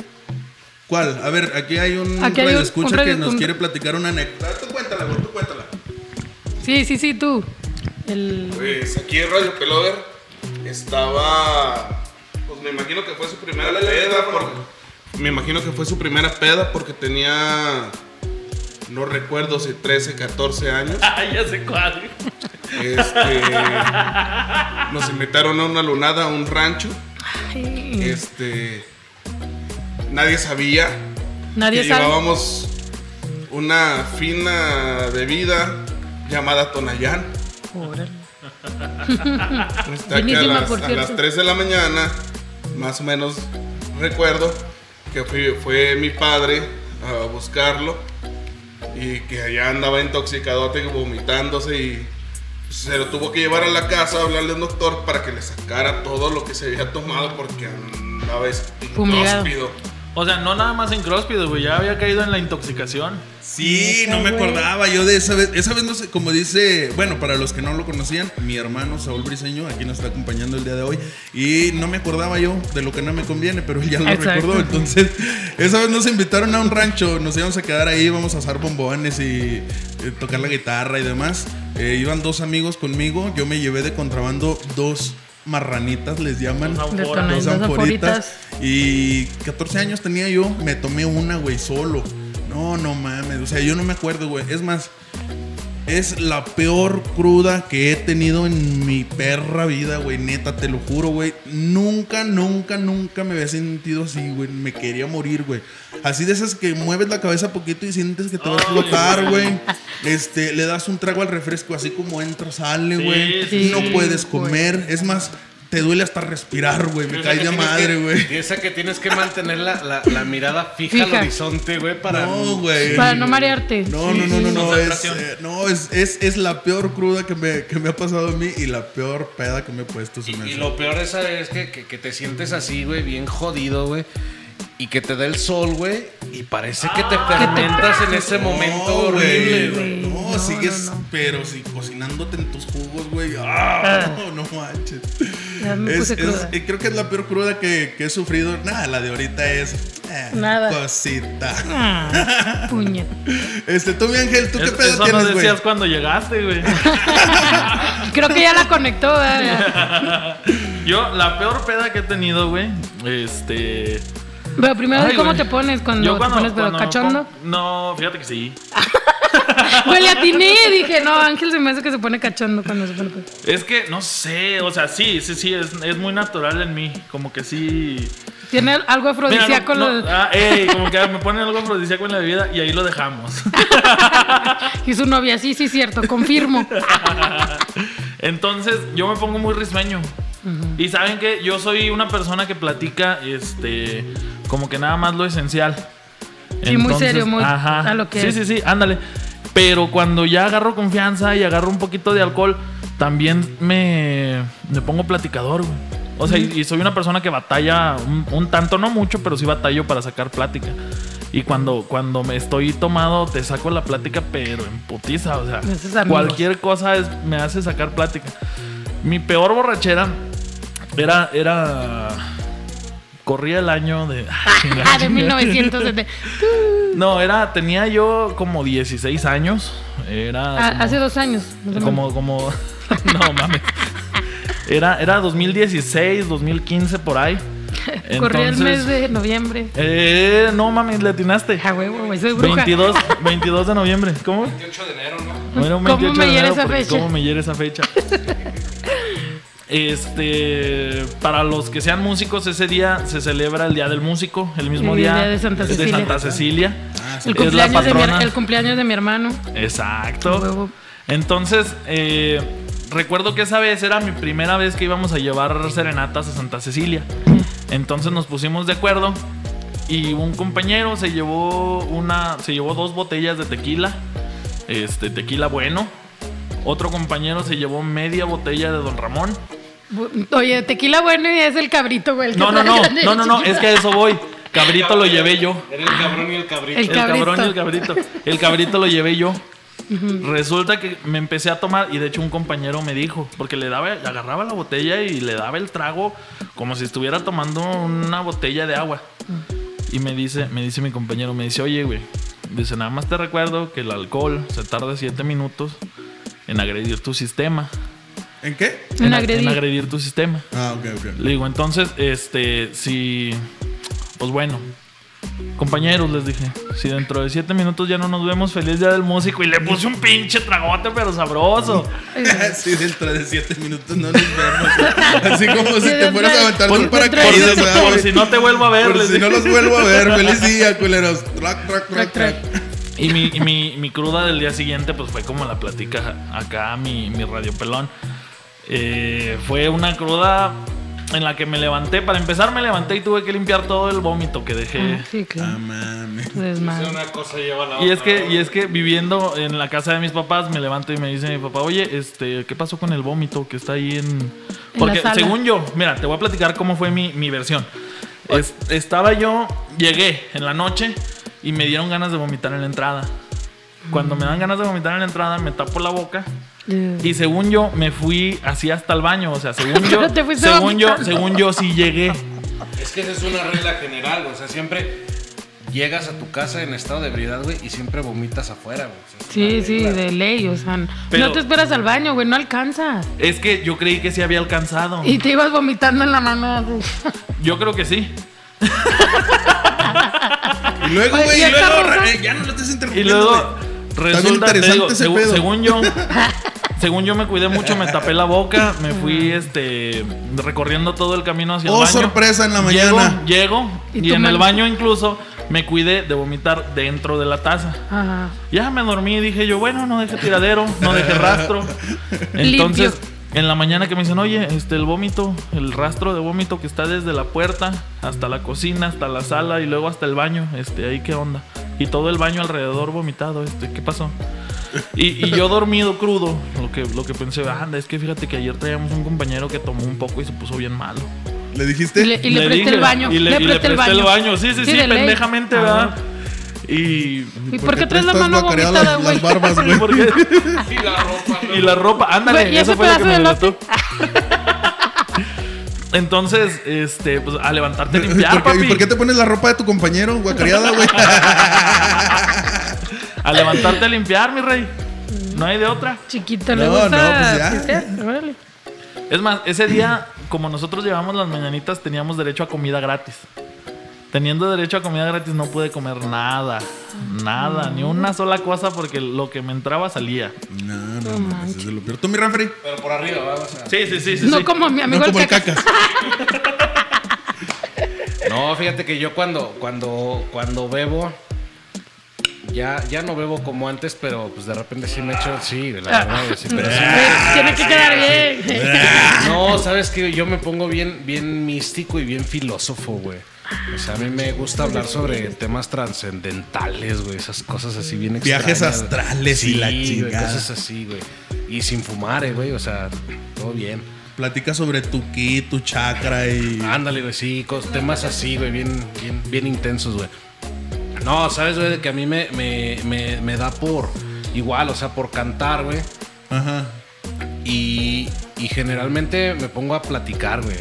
¿Cuál? A ver, aquí hay un Aquí hay un- escucha un que radio- nos un- quiere platicar una anécdota. Tú cuéntala, güey, tú cuéntala. Sí, sí, sí, tú. El... Pues aquí en Radio Pelover estaba. Pues me imagino que fue su primera Dale, dale, peda. micrófono. por- me imagino que fue su primera peda porque tenía. No recuerdo si 13, 14 años. Ah, ya sé cuál. Este, [laughs] nos invitaron a una lunada, a un rancho. Mm. Ay, Este. Nadie sabía. Nadie que sabe. llevábamos una fina bebida llamada Tonayán. Órale. Está que a Finísima, las, por a cierto. las 3 de la mañana, más o menos recuerdo que fui- fue mi padre a buscarlo y que allá andaba intoxicadote, vomitándose y pues, se lo tuvo que llevar a la casa a hablarle a un doctor para que le sacara todo lo que se había tomado porque andaba Fumigado. estúpido. O sea, no nada más en Cróspido, güey. Ya había caído en la intoxicación. Sí, no me este güey. acordaba yo de esa vez. Esa vez no sé, como dice, bueno, para los que no lo conocían, mi hermano Saúl Briseño, aquí nos está acompañando el día de hoy. Y no me acordaba yo de lo que no me conviene, pero él ya lo Exacto. recordó. Entonces, esa vez nos invitaron a un rancho, nos íbamos a quedar ahí, íbamos a asar bombones y eh, tocar la guitarra y demás. Eh, iban dos amigos conmigo, yo me llevé de contrabando dos marranitas, les llaman. Dos Dos Detonantes, anforitas. anforitas. Y 14 años tenía yo, me tomé una, güey, solo. No, no mames. O sea, yo no me acuerdo, güey. Es más, es la peor cruda que he tenido en mi perra vida, güey. Neta, te lo juro, güey. Nunca, nunca, nunca me había sentido así, güey. Me quería morir, güey. Así de esas que mueves la cabeza poquito y sientes que te va a Ay, explotar, güey. güey. Este, le das un trago al refresco, así como entra, sale, Sí, güey. sí, no sí, puedes güey. comer. Es más, te duele hasta respirar, güey. Me cae de madre, güey. Piensa que tienes que mantener la, la- la mirada fija, al Fija. horizonte, güey, para. No, güey. Para no marearte. No, no, no, no, no. Es, Concentración. eh, no, es, es, es la peor cruda que me, que me ha pasado a mí y la peor peda que me he puesto. se Y, me y hace. lo peor esa es que, que, que te sientes así, güey, bien jodido, güey. Y que te da el sol, güey. Y parece que te fermentas en ese momento No, horrible, güey. güey. No, No, sigues, no, no. pero si cocinándote en tus jugos, güey. Ah, no, no manches. Ya me Es- puse es- cruda. eh, creo que es la peor cruda que, que he sufrido. Nada, la de ahorita es. eh, Nada. Cosita. [laughs] Ah, puñet. Este, tú, mi ángel, ¿tú qué Es- pedo eso no tienes, güey? decías cuando llegaste, güey. Creo que ya la conectó, ¿verdad? Yo, la peor peda que he tenido, güey. Este. Pero primero, ay, ¿cómo güey. te pones cuando, Yo te pones pero cuando- cachondo? [laughs] No, fíjate que sí. Pues le atiné, dije, no, Ángel se me hace que se pone cachondo cuando se pone cachondo. Es que, no sé, o sea, sí, sí, sí, es, es muy natural en mí. Como que sí. Tiene algo Mira, no- afrodisíaco no- lo- ah, ey, como que me ponen algo afrodisíaco en la bebida y ahí lo dejamos. ah. y su novia, sí, sí, cierto, [laughs] confirmo. Entonces, yo me pongo muy risueño. Y saben que yo soy una persona que platica, este, como que nada más lo esencial. Sí, muy serio, muy a lo que Sí, es. sí, sí, ándale. Pero cuando ya agarro confianza y agarro un poquito de alcohol, también me, me pongo platicador, güey. O sea, y, y soy una persona que batalla un, un tanto, no mucho, pero sí batallo para sacar plática. Y cuando, cuando me estoy tomado, te saco la plática, pero en putiza, o sea, Me haces amigos. cualquier cosa es- me hace sacar plática. Mi peor borrachera era, era, corría el año de... [laughs] Ah, de 1970. No, era, tenía yo como 16 años. Era. Ah, como- hace dos años. más o menos. Como, como. [laughs] No mames. Era, era 2016, 2015, por ahí. [laughs] Corría el mes Entonces, de Ah, noviembre. Eh, no mames, le atinaste. A huevo, güey, soy bruja. 22, 22 de noviembre. ¿Cómo? 28 de enero, ¿no? No era un ¿Cómo 28 me de hiere enero, esa porque fecha? ¿Cómo me hiere [laughs] esa fecha? Este, para los que sean músicos, ese día se celebra el Día del Músico, el mismo El día, día de Santa Cecilia. Santa Cecilia. Ah, sí. El Es la cumpleaños, de patrona. mi, el cumpleaños de mi hermano. A Exacto. huevo. Entonces, eh, recuerdo que esa vez era mi primera vez que íbamos a llevar serenatas a Santa Cecilia. Entonces nos pusimos de acuerdo y un compañero se llevó una, se llevó dos botellas de tequila, este tequila bueno. Otro compañero se llevó media botella de Don Ramón. Bu- Oye, tequila bueno y es el cabrito, güey. el que No, no, no, trae la no, no, no, chiquita. es que a eso voy. Cabrito lo llevé yo. Era el cabrón y el cabrito. El El cabrón y el cabrito. cabrito. El cabrito lo llevé yo. Resulta que me empecé a tomar y de hecho un compañero me dijo, porque le daba, agarraba la botella y le daba el trago como si estuviera tomando una botella de agua. Y me dice, me dice mi compañero, me dice, oye, güey, dice, nada más te recuerdo que el alcohol se tarda siete minutos en agredir tu sistema. ¿En qué? En a- agredir. En agredir tu sistema. Ah, ok, ok. Le digo, entonces, este, si. Pues bueno. Compañeros, les dije, si dentro de siete minutos ya no nos vemos, feliz día del músico. Y le puse un pinche tragote, pero sabroso. [laughs] Sí, dentro de 7 minutos no nos vemos. Así como si Sí, te fueras a aventar por- un Por paracaídas, si, Dentro de- ¿verdad, por güey? si no te vuelvo a ver, Por les si no dije. los vuelvo a ver. Feliz día, culeros. Track, track, track, track. Y, mi, y mi, mi cruda del día siguiente, pues fue como la platica acá mi, mi radio pelón. Eh, fue una cruda en la que me levanté. Para empezar, me levanté y tuve que limpiar todo el vómito que dejé. Sí, Ah, claro. mames. Desmadre. Una cosa lleva a la Y es otra, que, ¿no? y es que viviendo en la casa de mis papás, me levanto y me dice mi papá, oye, este, ¿qué pasó con el vómito que está ahí en. Porque sala. según yo, mira, te voy a platicar cómo fue mi, mi versión. Es- estaba yo, llegué en la noche y me dieron ganas de vomitar en la entrada. Cuando me dan ganas de vomitar en la entrada, me tapo la boca y según yo me fui así hasta el baño, o sea, [laughs] según yo, Pero te fuiste según yo, vomitando. según yo sí llegué. Es que esa es una regla general, güey. O sea, siempre llegas a tu casa en estado de ebriedad, güey, y siempre vomitas afuera, güey. O sea, es Sí, una sí, regla. de ley, o sea, Pero- no te esperas al baño, güey, no alcanzas. Es que yo creí que sí había alcanzado. Y te ibas vomitando en la mano. así. Yo creo que sí. Y luego, Oye, güey, ¿y y esta luego, rosa? eh, ya no lo estés Y interrumpiendo. luego bien resulta, te interesante digo, ese segu- pedo. [laughs] según yo, según yo me cuidé mucho, me tapé la boca, me fui este recorriendo todo el camino hacia Oh, el baño. sorpresa, en la Llego, mañana. Llego Y y, tu en el mano. baño incluso me cuidé de vomitar dentro de la taza. Ajá. Ya me dormí y dije yo, bueno, no dejé tiradero, no [laughs] dejé rastro. Entonces, Limpio. en la mañana que me dicen, oye, este, el vómito, el rastro de vómito que está desde la puerta hasta la cocina, hasta la sala y luego hasta el baño, este, ahí qué onda. Y todo el baño alrededor vomitado, este, ¿qué pasó? Y, y yo dormido crudo, lo que, lo que pensé, anda, es que fíjate que ayer traíamos un compañero que tomó un poco y se puso bien malo. ¿Le Y dijiste? le, y le presté dije, el baño. Y le, y le presté el baño. sí, sí, sí, de ley. pendejamente, Ah. ¿verdad? Y ¿Y por qué traes la mano guacareadas vomitada, las, güey? barbas, güey? [laughs] [laughs] ¿Por qué? Y la ropa, Y la ropa, ándale, Güey, ¿y eso ese fue lo que pedazo me de molestó. lote? [laughs] Entonces, este, pues a levantarte a [laughs] limpiar, ¿Por qué, papi. ¿Y por qué te pones la ropa de tu compañero, guacareada, güey? A levantarte a limpiar, mi rey. No hay de otra. Chiquito, le No, gusta. no, pues ya. pistear? Órale. Es más, ese día, como nosotros llevamos las mañanitas, teníamos derecho a comida gratis. Teniendo derecho a comida gratis, no pude comer nada. Nada, ni una sola cosa, porque lo que me entraba salía. no, no, no, eso es lo peor. Tú, mi refri, Pero por arriba, ¿verdad? O sea, Sí, sí, sí, sí. No sí. como mi amigo no como el el caca. cacas. No, fíjate que yo cuando, cuando, cuando bebo, ya, ya no bebo como antes, pero pues de repente sí me echo, sí, la verdad, sí, pero sí. [laughs] Güey, Eh, Tiene que quedar bien. No, sabes que yo me pongo bien, bien místico y bien filósofo, güey. O sea, a mí me gusta hablar sobre temas trascendentales, güey. Esas cosas así bien extrañas. Viajes astrales y la güey, chingada. cosas así, güey. Y sin fumar, eh, güey. O sea, todo bien. Platica sobre tu ki, tu chakra y. Ándale, güey, sí, cos- temas así, güey, bien, bien, bien intensos, güey. No, sabes, güey, de que a mí me, me, me, me da por igual, o sea, por cantar, güey. Ajá. Y, y generalmente me pongo a platicar, güey.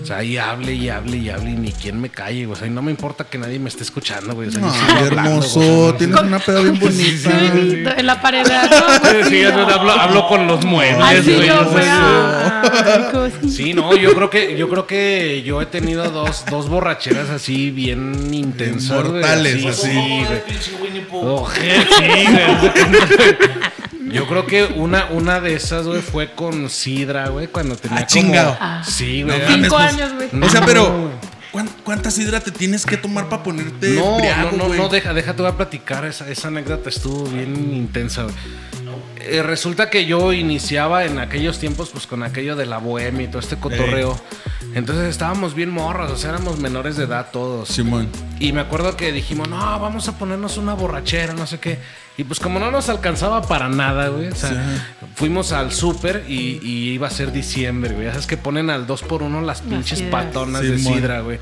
O sea, ahí hable y hable y hable y ni quien me calle, güey. O sea, y no me importa que nadie me esté escuchando, güey. O sea, yo sigo Ay, hablando, güey. hermoso. Tienes una peda [laughs] bien bonita. Qué bonito. En la pared. ¿no? Pues Sí, yo hablo, hablo con los muebles, Así güey. yo o sea, fui. ay, cosita. Sí, no, yo creo que, yo creo que yo he tenido dos, dos borracheras así bien intensas. güey, Mortales, así. Sí, güey. Oje, sí, güey. Yo creo que una, una de esas, güey, fue con Sidra, güey, cuando tenía Ah, como- chinga. Sí, güey. No era- mames, Cinco pues. años, güey. O sea, No, pero. güey. ¿cuán- ¿Cuántas sidra te tienes que tomar para ponerte No, embriago, no, no, güey? no, deja, deja, te voy a platicar. Esa, esa anécdota estuvo bien intensa. güey. Eh, resulta que yo iniciaba en aquellos tiempos, pues con aquello de la bohemia y todo este cotorreo. Entonces estábamos bien morros, o sea, éramos menores de edad todos. Simón. Y me acuerdo que dijimos, no, vamos a ponernos una borrachera, no sé qué. Y pues como no nos alcanzaba para nada, güey. O sea, Sí. fuimos al súper y, y iba a ser diciembre, güey. Ya sabes que ponen al 2x1 las pinches sidras. patonas de Simón. sidra, güey.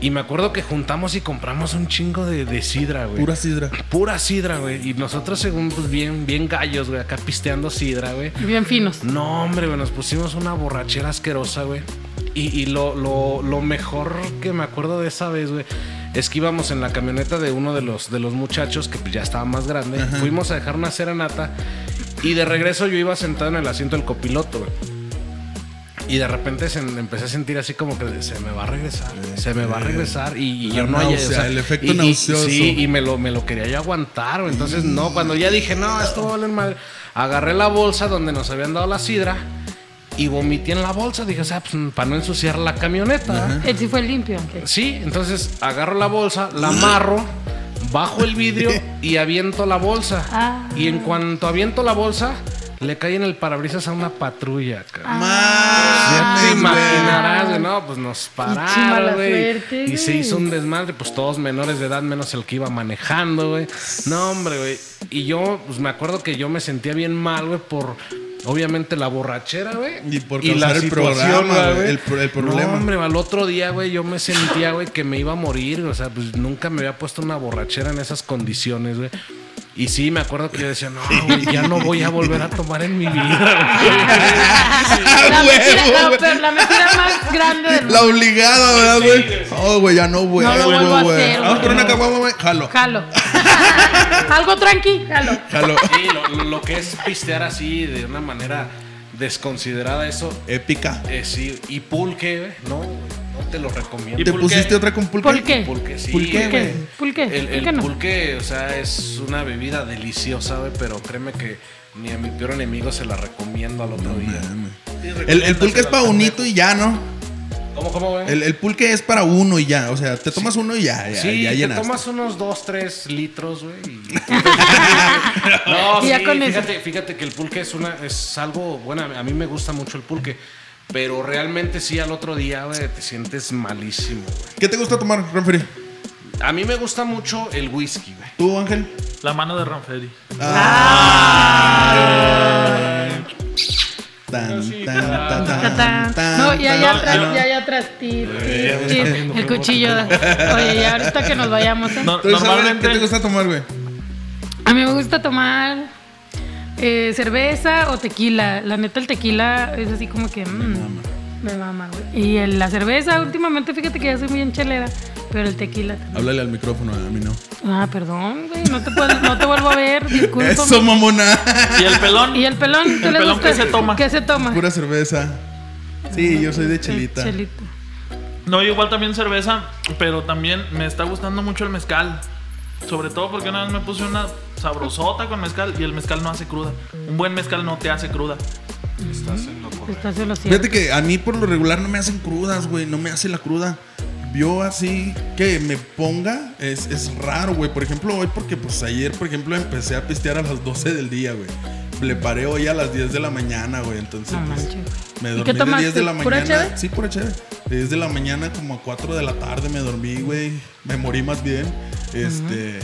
Y me acuerdo que juntamos y compramos un chingo de, de sidra, güey. Pura sidra. Pura sidra, güey. Y nosotros, según, pues bien, bien gallos, güey, acá pisteando sidra, güey. Bien finos. No, hombre, güey, nos pusimos una borrachera asquerosa, güey. Y, y lo, lo- lo mejor que me acuerdo de esa vez, güey, es que íbamos en la camioneta de uno de los, de los muchachos que pues, ya estaba más grande. Fuimos a dejar una serenata y de regreso yo iba sentado en el asiento del copiloto, güey. Y de repente se- empecé a sentir así como que se me va a regresar, se me va a regresar. Y, Eh, y La yo no hallé, náusea, el efecto y- y- nauseoso. Sí, y me lo, me lo quería yo aguantar. güey. Entonces, no, cuando ya dije, no, esto va a valer madre, agarré la bolsa donde nos habían dado la sidra y vomité en la bolsa. Dije, o sea, pues, para no ensuciar la camioneta. ¿verdad? Él sí fue limpio. aunque- Sí, entonces agarro la bolsa, la amarro, [laughs] bajo el vidrio y aviento la bolsa. Ah. Y en cuanto aviento la bolsa, Le cae en el parabrisas a una patrulla, cabrón. Ah. Ya Mames, te güey. imaginarás, güey, no, pues nos chima la pararon, güey. suerte, Y se güey. hizo un desmadre, pues todos menores de edad, menos el que iba manejando, güey. No, hombre, güey. Y yo, pues me acuerdo que yo me sentía bien mal, güey, por obviamente la borrachera, güey. Y por causar el programa, güey, el pro- el problema. No, hombre, al otro día, güey, yo me sentía, güey, que me iba a morir. O sea, pues nunca me había puesto una borrachera en esas condiciones, güey. Y sí, me acuerdo que yo decía, no, güey, ya no voy a volver a tomar en [laughs] mi vida. güey". La mentira, Huevo, la- güey. pero la mentira más grande del La mundo. obligada, ¿verdad, güey? Oh, güey, ya no vuelvo, No lo vuelvo a güey. hacer, Vamos güey. por una caguama, güey. Jalo. [laughs] Jalo. Algo tranqui, jalo. Jalo. Sí, lo, lo que es pistear así de una manera desconsiderada, eso Épica. eh, sí. Y pulque, güey, no, güey, no te lo recomiendo. ¿Y ¿Te por qué? pusiste otra con pulque? ¿Por qué? Pulque, sí. ¿Pulque, güey. güey? ¿Pulque? El, el ¿Pulque no? pulque, o sea, es una bebida deliciosa, güey, pero créeme que ni a mi peor enemigo se la recomiendo al otro día. El, el pulque es para unito y ya, ¿no? ¿Cómo, cómo, güey? El, el pulque es para uno y ya. O sea, te tomas uno y ya, ya, sí, ya te llenas. tomas unos 2, 3 litros, güey. [laughs] y- no, Y ya sí, con eso. fíjate, fíjate que el pulque es una es algo, bueno, a mí me gusta mucho el pulque, pero realmente sí al otro día, güey, te sientes malísimo, güey. ¿Qué te gusta tomar, Renfri? A mí me gusta mucho el whisky, güey. ¿Tú, Ángel? La mano de Ranferi. Tan, tan, tan, tan, Tatán. tan, No, y allá tan. atrás, no. y allá atrás, ti, ti, el cuchillo. Oye, ya ahorita que nos vayamos. ¿eh? No- Entonces, a ver, ¿Qué te normalmente, gusta tomar, güey? A mí me gusta tomar eh, cerveza o tequila. La neta, el tequila es así como que. mm, me mama, güey. Y el- la cerveza, últimamente, fíjate que ya soy bien chelera, pero el tequila también. Háblale al micrófono, a mí no. Ah, perdón, güey. No te, puedo- no te vuelvo a ver. [laughs] Discúlpame. Eso, mamona. y el pelón. ¿Y el pelón? ¿Qué El le pelón gusta? qué se toma. ¿Qué se toma? Pura cerveza. Sí, yo soy de chelita. Chelita. No, yo igual también cerveza, pero también me está gustando mucho el mezcal. Sobre todo porque una vez me puse una sabrosota con mezcal y el mezcal no hace cruda. Un buen mezcal no te hace cruda. Estás en lo cierto. Fíjate que a mí por lo regular no me hacen crudas, güey. No me hace la cruda. Yo así que me ponga es, es raro, güey. Por ejemplo, hoy porque pues ayer, por ejemplo, empecé a pistear a las 12 del día, güey. Le paré hoy a las 10 de la mañana, güey. Entonces, No pues, manches. me ¿Y dormí qué de 10 de tomaste? la ¿Pura mañana. cheve? Sí, pura chévere. De 10 de la mañana como a 4 de la tarde me dormí, güey. Me morí más bien. Este...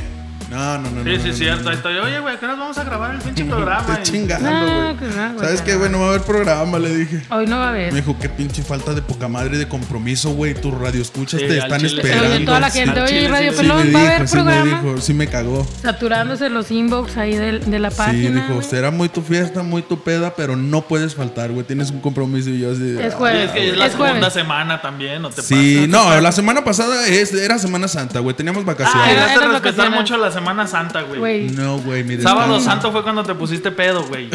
No, no, no, no. Sí, sí, no, no, cierto. no. Ahí estoy. Oye, güey, ¿a qué nos vamos a grabar el [laughs] pinche programa? eh. Estoy Y- chingando, güey. No, que no, güey, Eh. ¿Sabes que qué, no. güey? No va a haber programa, le dije. Hoy no va a haber. Me dijo, qué pinche falta de poca madre de compromiso, güey. Tus radioescuchas Sí, te al están chile. Se esperando. oye toda la Sí, gente. Al Oye, chile, Radio sí, sí Pelón, me va a haber dijo, sí me programa. dijo, sí me cagó. Saturándose los inbox ahí del- de, la Sí, página. dijo, güey. será muy tu fiesta, muy tu peda, pero no puedes faltar, güey. Tienes un compromiso y yo así. de, "Ah, Es Y jueves. es que es la es jueves. segunda semana también, ¿no te Sí, pasa? no, la semana pasada es- era Semana Santa, güey. Teníamos Ah, vacaciones. era- dejaste era respetar vacacional. mucho la Semana Santa, güey. Güey, no, güey, mire. Sábado no. Santo fue cuando te pusiste pedo, güey.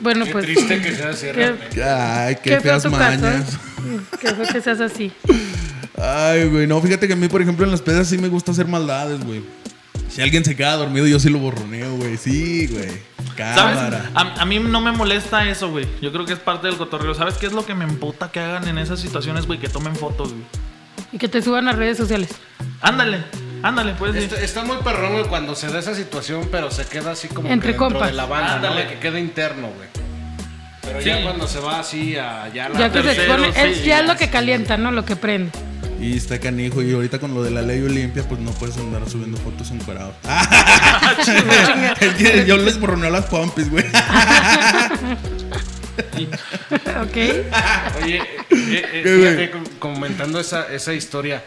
bueno, Qué pues. triste que sea así, qué- realmente. Ay, qué, qué feo feas tu mañas. caso. Mm, Qué feo que seas así. Ay, güey, no, fíjate que a mí, por ejemplo, en las pedas sí me gusta hacer maldades, güey. Si alguien se queda dormido, yo sí lo borroneo, güey. Sí, güey. Ah, ¿Sabes? Cámara. A, a mí no me molesta eso, güey. Yo creo que es parte del cotorreo. ¿Sabes qué es lo que me emputa que hagan en esas situaciones, güey? Que tomen fotos, güey. Y que te suban a redes sociales. Ándale, ándale, pues, puedes ir. Está, está muy perrón, güey, cuando se da esa situación, pero se queda así como Entre que dentro compas. de la banda, ¿no? Ándale. Que queda interno, güey. Pero Sí. ya cuando se va así a ya la Ya que se tercero, expone. Es, sí. ya es lo que calienta, ¿no? Lo que prende. Y está canijo. Y ahorita con lo de la ley Olimpia, pues no puedes andar subiendo fotos encuerados. [laughs] es que yo les borroneo las pompis, güey. [laughs] ¿Ok? [laughs] Oye, eh, eh, fíjate, com- comentando esa, esa historia.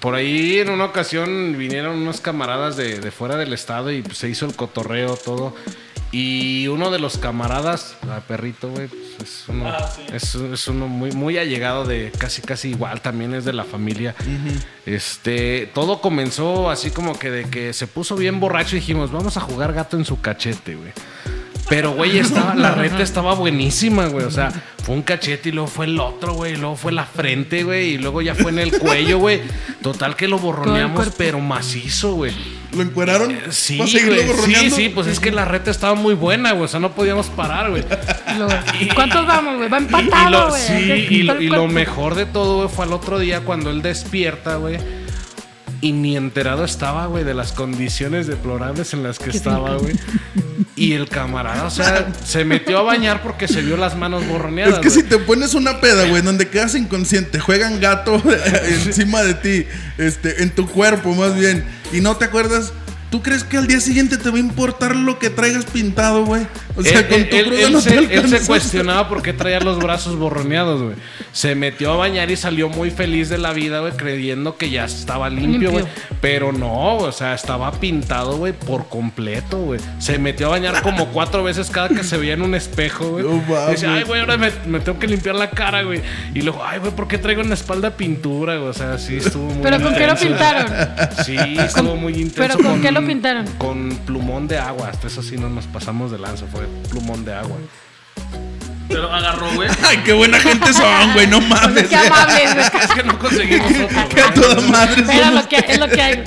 Por ahí en una ocasión vinieron unos camaradas de, de fuera del estado y pues, se hizo el cotorreo, todo. Y uno de los camaradas, a perrito, güey, pues, es uno, es, es uno muy, muy allegado de casi, casi igual, también es de la familia. Este, todo comenzó así como que de que se puso bien borracho y dijimos, vamos a jugar gato en su cachete, güey. Pero, güey, estaba, la reta estaba buenísima, güey. O sea, fue un cachete y luego fue el otro, güey. Y luego fue la frente, güey. Y luego ya fue en el cuello, güey. Total que lo borroneamos, cuerpo. pero macizo, güey. ¿Lo encueraron? Sí, ¿Vas a seguirlo güey. Sí, borroneando? sí, pues es que la reta estaba muy buena, güey. O sea, no podíamos parar, güey. Lo- ¿Cuántos vamos, güey? Va Y- y empatado, lo, güey. sí, Así, y, todo lo- el y lo cuerpo. mejor de todo güey, fue al otro día cuando él despierta, güey. Y ni enterado estaba, güey, de las condiciones deplorables en las que Qué estaba, güey. Y el camarada, o sea, se metió a bañar porque se vio las manos borroneadas. Es que si güey. te pones una peda, güey, donde quedas inconsciente, juegan gato [laughs] encima de ti, este, en tu cuerpo más bien, y no te acuerdas, ¿tú crees que al día siguiente te va a importar lo que traigas pintado, güey? O sea, él, con él- tu él- cruda él no te se, él se alcanzas. cuestionaba por qué traía los brazos borroneados, güey. Se metió a bañar y salió muy feliz de la vida, güey, creyendo que ya estaba limpio, Limpio. güey. Pero no, o sea, estaba pintado, güey, por completo, güey. Se metió a [laughs] bañar como cuatro veces cada que se veía en un espejo, güey. No mames. Dice, ay, güey, ahora me, me tengo que limpiar la cara, güey. Y luego, ay, güey, ¿por qué traigo en la espalda pintura, güey? O sea, sí, estuvo muy ¿Pero con qué lo intenso, güey. pintaron? [laughs] [laughs] Sí, estuvo Con- muy intenso. ¿pero con qué lo pintaron? Con plumón de agua. Hasta eso sí no nos pasamos de lanza. Fue plumón de agua. Pero agarró, güey. Ay, qué buena gente son, güey, no mames. eh, Qué Pues amables, güey. Es que no conseguimos otro. Que a toda madre Pero somos- lo que, es lo que hay.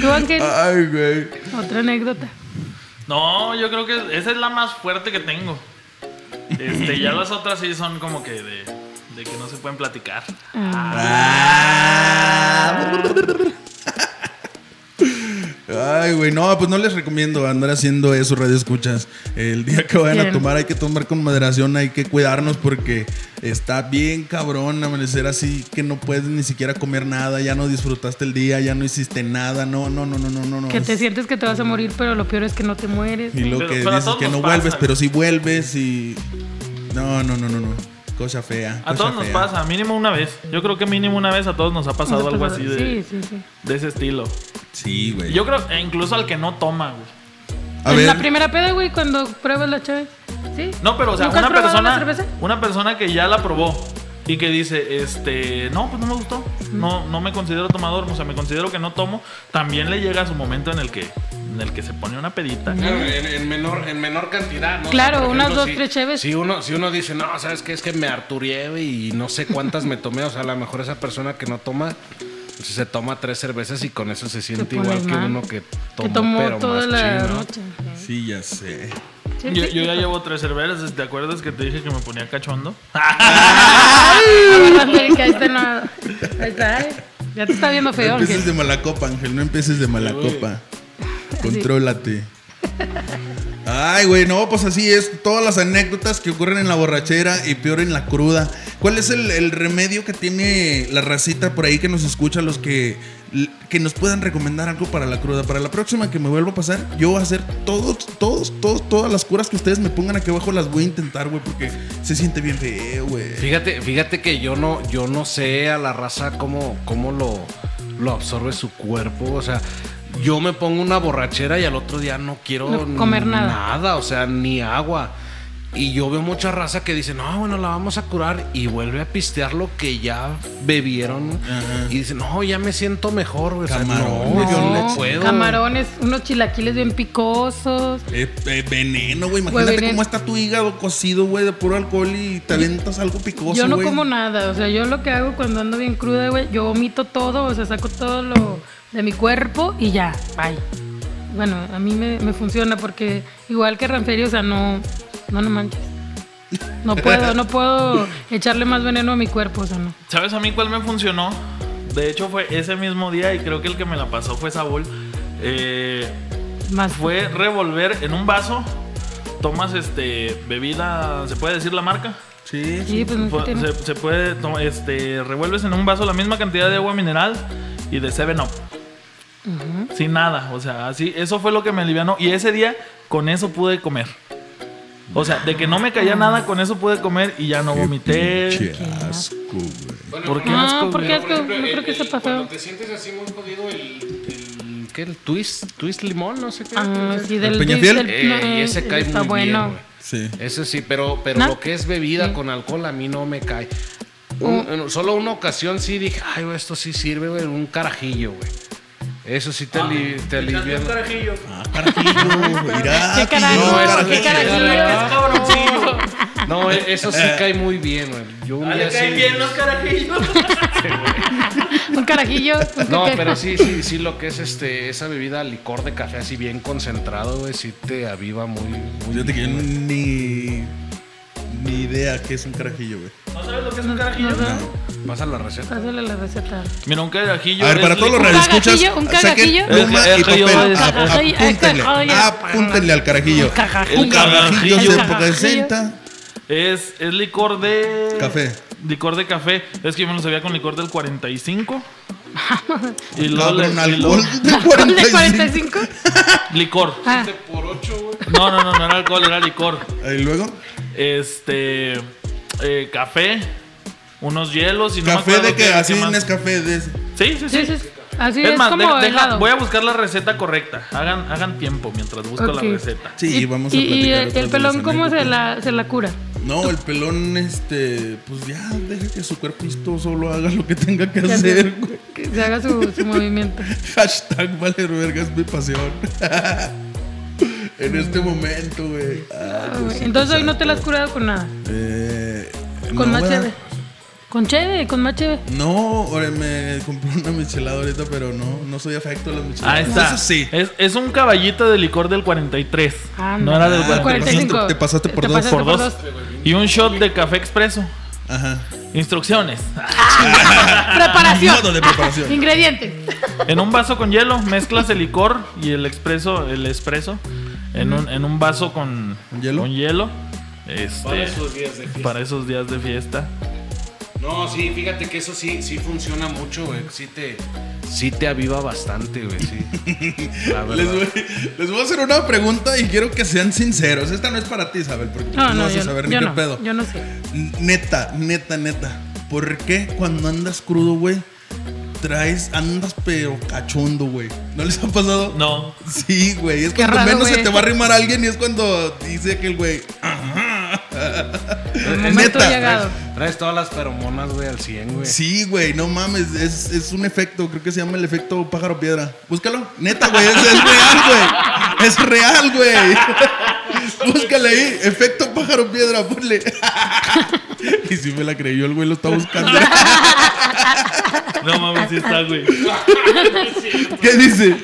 ¿Tú, Ángel? Ay, güey. Ah. Otra anécdota. [laughs] No, yo creo que esa es la más fuerte que tengo. Este, ya las otras sí son como que de, de que no se pueden platicar. Ah. Ah. Ay, güey, no, pues no les recomiendo andar haciendo eso, radio escuchas. El día que vayan a Bien. tomar hay que tomar con moderación, hay que cuidarnos porque está bien cabrón amanecer así que no puedes ni siquiera comer nada, ya no disfrutaste el día, ya no hiciste nada, no, no, no, no, no, no. no. Que te Es- sientes que te vas a morir, pero lo peor es que no te mueres. Y lo Pero- que pero a dices todos que nos no pasa. vuelves, pero sí vuelves y... No, no, no, no, no. Cosa fea. A cosa todos nos fea. pasa, mínimo una vez. Yo creo que mínimo una vez a todos nos ha pasado algo así de, Sí, sí, sí. de ese estilo. Sí, güey. Yo creo, e incluso al que no toma, güey. A en la ver, primera peda, güey, cuando pruebas la chave. ¿Sí? No, pero o sea, ¿Nunca has una probado la persona, cerveza? una persona que ya la probó y que dice, este, no, pues no me gustó, no, no me considero tomador, o sea, me considero que no tomo, también le llega su momento en el que, en el que se pone una pedita. Claro, en, en menor, en menor cantidad, ¿no? Claro, por unas dos, tres cheves. Si uno, si uno dice, no, ¿sabes qué? Es que me arturié güey, y no sé cuántas me tomé. O sea, a lo mejor esa persona que no toma, si se toma tres cervezas y con eso se siente pones igual que mal. uno que tomó, Que tomó pero toda más la chido, ¿no? noche. sí, ya sé. Sí, Yo, sí. yo ya llevo tres cervezas, ¿te acuerdas que te dije que me ponía cachondo? Acuérdate que ahí está la- Ahí está, eh. Ya te está viendo No feo, empieces Ángel. de mala copa, Ángel. No empieces de mala copa. Contrólate. Ay, güey, no, pues así es. Todas las anécdotas que ocurren en la borrachera y peor en la cruda. ¿Cuál es el, el remedio que tiene la racita por ahí que nos escucha, los que, que nos puedan recomendar algo para la cruda? Para la próxima que me vuelva a pasar, yo voy a hacer todos, todos, todos, todas las curas que ustedes me pongan aquí abajo, las voy a intentar, güey, porque se siente bien feo, güey. Fíjate, fíjate que yo no, yo no sé a la raza cómo, cómo lo, lo absorbe su cuerpo. O sea, yo me pongo una borrachera y al otro día no quiero No comer nada. o sea, ni agua. Y yo veo mucha raza que dice, no, bueno, la vamos a curar. Y vuelve a pistear lo que ya bebieron. Ajá. Y dice, no, ya me siento mejor. güey". O sea, Camarones, no, yo no, no puedo. Camarones, unos chilaquiles bien picosos. Eh, eh, veneno, güey. Imagínate Güey, veneno. cómo está tu hígado cocido, güey, de puro alcohol y te aventas algo picoso. Yo no güey. como nada, o sea, yo lo que hago cuando ando bien cruda, güey, yo vomito todo, o sea, saco todo lo de mi cuerpo y ya, bye. Bueno, a mí me, me funciona porque igual que Ranferio, o sea, no, no, no manches. No puedo, no puedo echarle más veneno a mi cuerpo, o sea, no. ¿Sabes a mí cuál me funcionó? De hecho fue ese mismo día y creo que el que me la pasó fue Saúl. Eh, Más fue revolver en un vaso, tomas este bebida, ¿se puede decir la marca? Sí. Sí, pues no Pu- tiene- se, se puede, to- este, revuelves en un vaso la misma cantidad de agua mineral y de 7 up. Sin nada, o sea, así, eso fue lo que me alivianó. Y ese día, con eso pude comer. O sea, de que no me caía nada, con eso pude comer y ya no vomité. Qué asco, güey. ¿Por qué Ah, asco, ¿por güey? qué? asco, no creo que sepa Cuando feo. te sientes así muy jodido, el, el, ¿qué? el twist, twist limón, no sé qué. Ah, sí, del, Peñafiel? del- Eh, no, y ese cae está muy bien, bueno. güey. Sí. Eso sí, pero, pero ¿No? lo que es bebida Sí. Uh. con alcohol a mí no me cae. Un- en- solo una ocasión sí dije, ay, güey, esto sí sirve, güey, un carajillo, güey. Eso sí te, li- te aliviana. Ah, [laughs] carajillo, güey. Mira, Qué tío, carajillo, Ah, No, eso qué sí, carajillo. eso sí. Es cabroncillo. No, e- eso sí cae muy bien, güey. Yo Ah, un día sí- Un carajillo. un No, coque- pero sí, sí, sí, lo que es este, esa bebida licor de café así bien concentrado, güey, sí te aviva muy, muy Fíjate que Pues yo bien, güey. ni. Ni idea idea qué es un carajillo, güey. ¿No sabes lo que es un carajillo? No, no, Pasa la receta. Pásale la receta. Mira, un carajillo. A ver, para es todos los ¿Un radioescuchas, carajillo? ¿Un saquen carajillo? Ah, pues, pluma El- el y papel. carajillo. Ap- Carajillo. Apúntenle, Carajillo. apúntenle al carajillo. Carajillo. Un carajillo Carajillo. se presenta. Es, es licor de. Café. Licor de café. Es que yo me lo sabía con licor del [laughs] 45. y luego le- Cabrón, y luego- alcohol de ¿De 45. 45? Licor. Ah, No, no, no, no era alcohol, era licor. Y luego, Este. eh, café. Unos hielos y no me café acuerdo de que qué- así qué más. es café de ese. Sí, sí, sí. sí, sí, sí. Así Es es, más, como deja- deja- helado. voy a buscar la receta correcta. Hagan, hagan tiempo mientras busco Ok. la receta. Sí, Y- vamos a y, platicar. y otras de el las pelón cómo se anécdotas. la, se la cura? No, el pelón, este, pues ya deja que su cuerpito solo haga lo que tenga que Ya hacer. sé. güey. [laughs] Que se haga su, su movimiento. Pues Hashtag Valer Verga es mi pasión. [laughs] en este momento, güey. Ah, Ah, güey. Diosito Entonces hoy no santo. te la has curado con nada. Eh, no, Con más ¿verdad? cheve. Con cheve, con más cheve. No, ahora me compré una michelada ahorita, pero no, no soy afecto a las micheladas. Ahí está. Eso sí. Es, es un caballito de licor del 43. Ah, no no. era del Ah, 45. 45. Te pasaste por dos. Por dos. Y un shot de café expreso. Ajá. Instrucciones. Preparación. Modo de preparación. Ingredientes. En un vaso con hielo, mezclas el licor y el expreso, el espreso. En un, en un vaso con ¿Con hielo? con hielo. Este, Para esos días de fiesta. para esos días de fiesta. No, sí, fíjate que eso sí, sí funciona mucho, güey. Sí te, sí te aviva bastante, [laughs] güey, sí. La Les verdad. voy, les voy a hacer una pregunta y quiero que sean sinceros. Esta no es para ti, Isabel, porque tú No, no, no vas yo, a saber ni yo qué no, pedo. Yo no sé. Neta, neta, neta. ¿Por qué cuando andas crudo, güey, traes, andas pero cachondo, güey? ¿No les ha pasado? No. Sí, güey. Es Qué cuando raro, menos se güey. te va a arrimar alguien y es cuando dice que el güey. Ajá. momento Neta. llegado. Traes todas las feromonas, güey, al 100, güey. Sí, güey, no mames, es, es un efecto, creo que se llama el efecto pájaro piedra. Búscalo, neta, güey, es, es real, güey. Es real, güey. [laughs] Búscale ahí, efecto pájaro piedra, ponle. [laughs] Y si me la creyó el güey, lo está buscando. No mames, sí está, [laughs] güey. ¿Qué dice?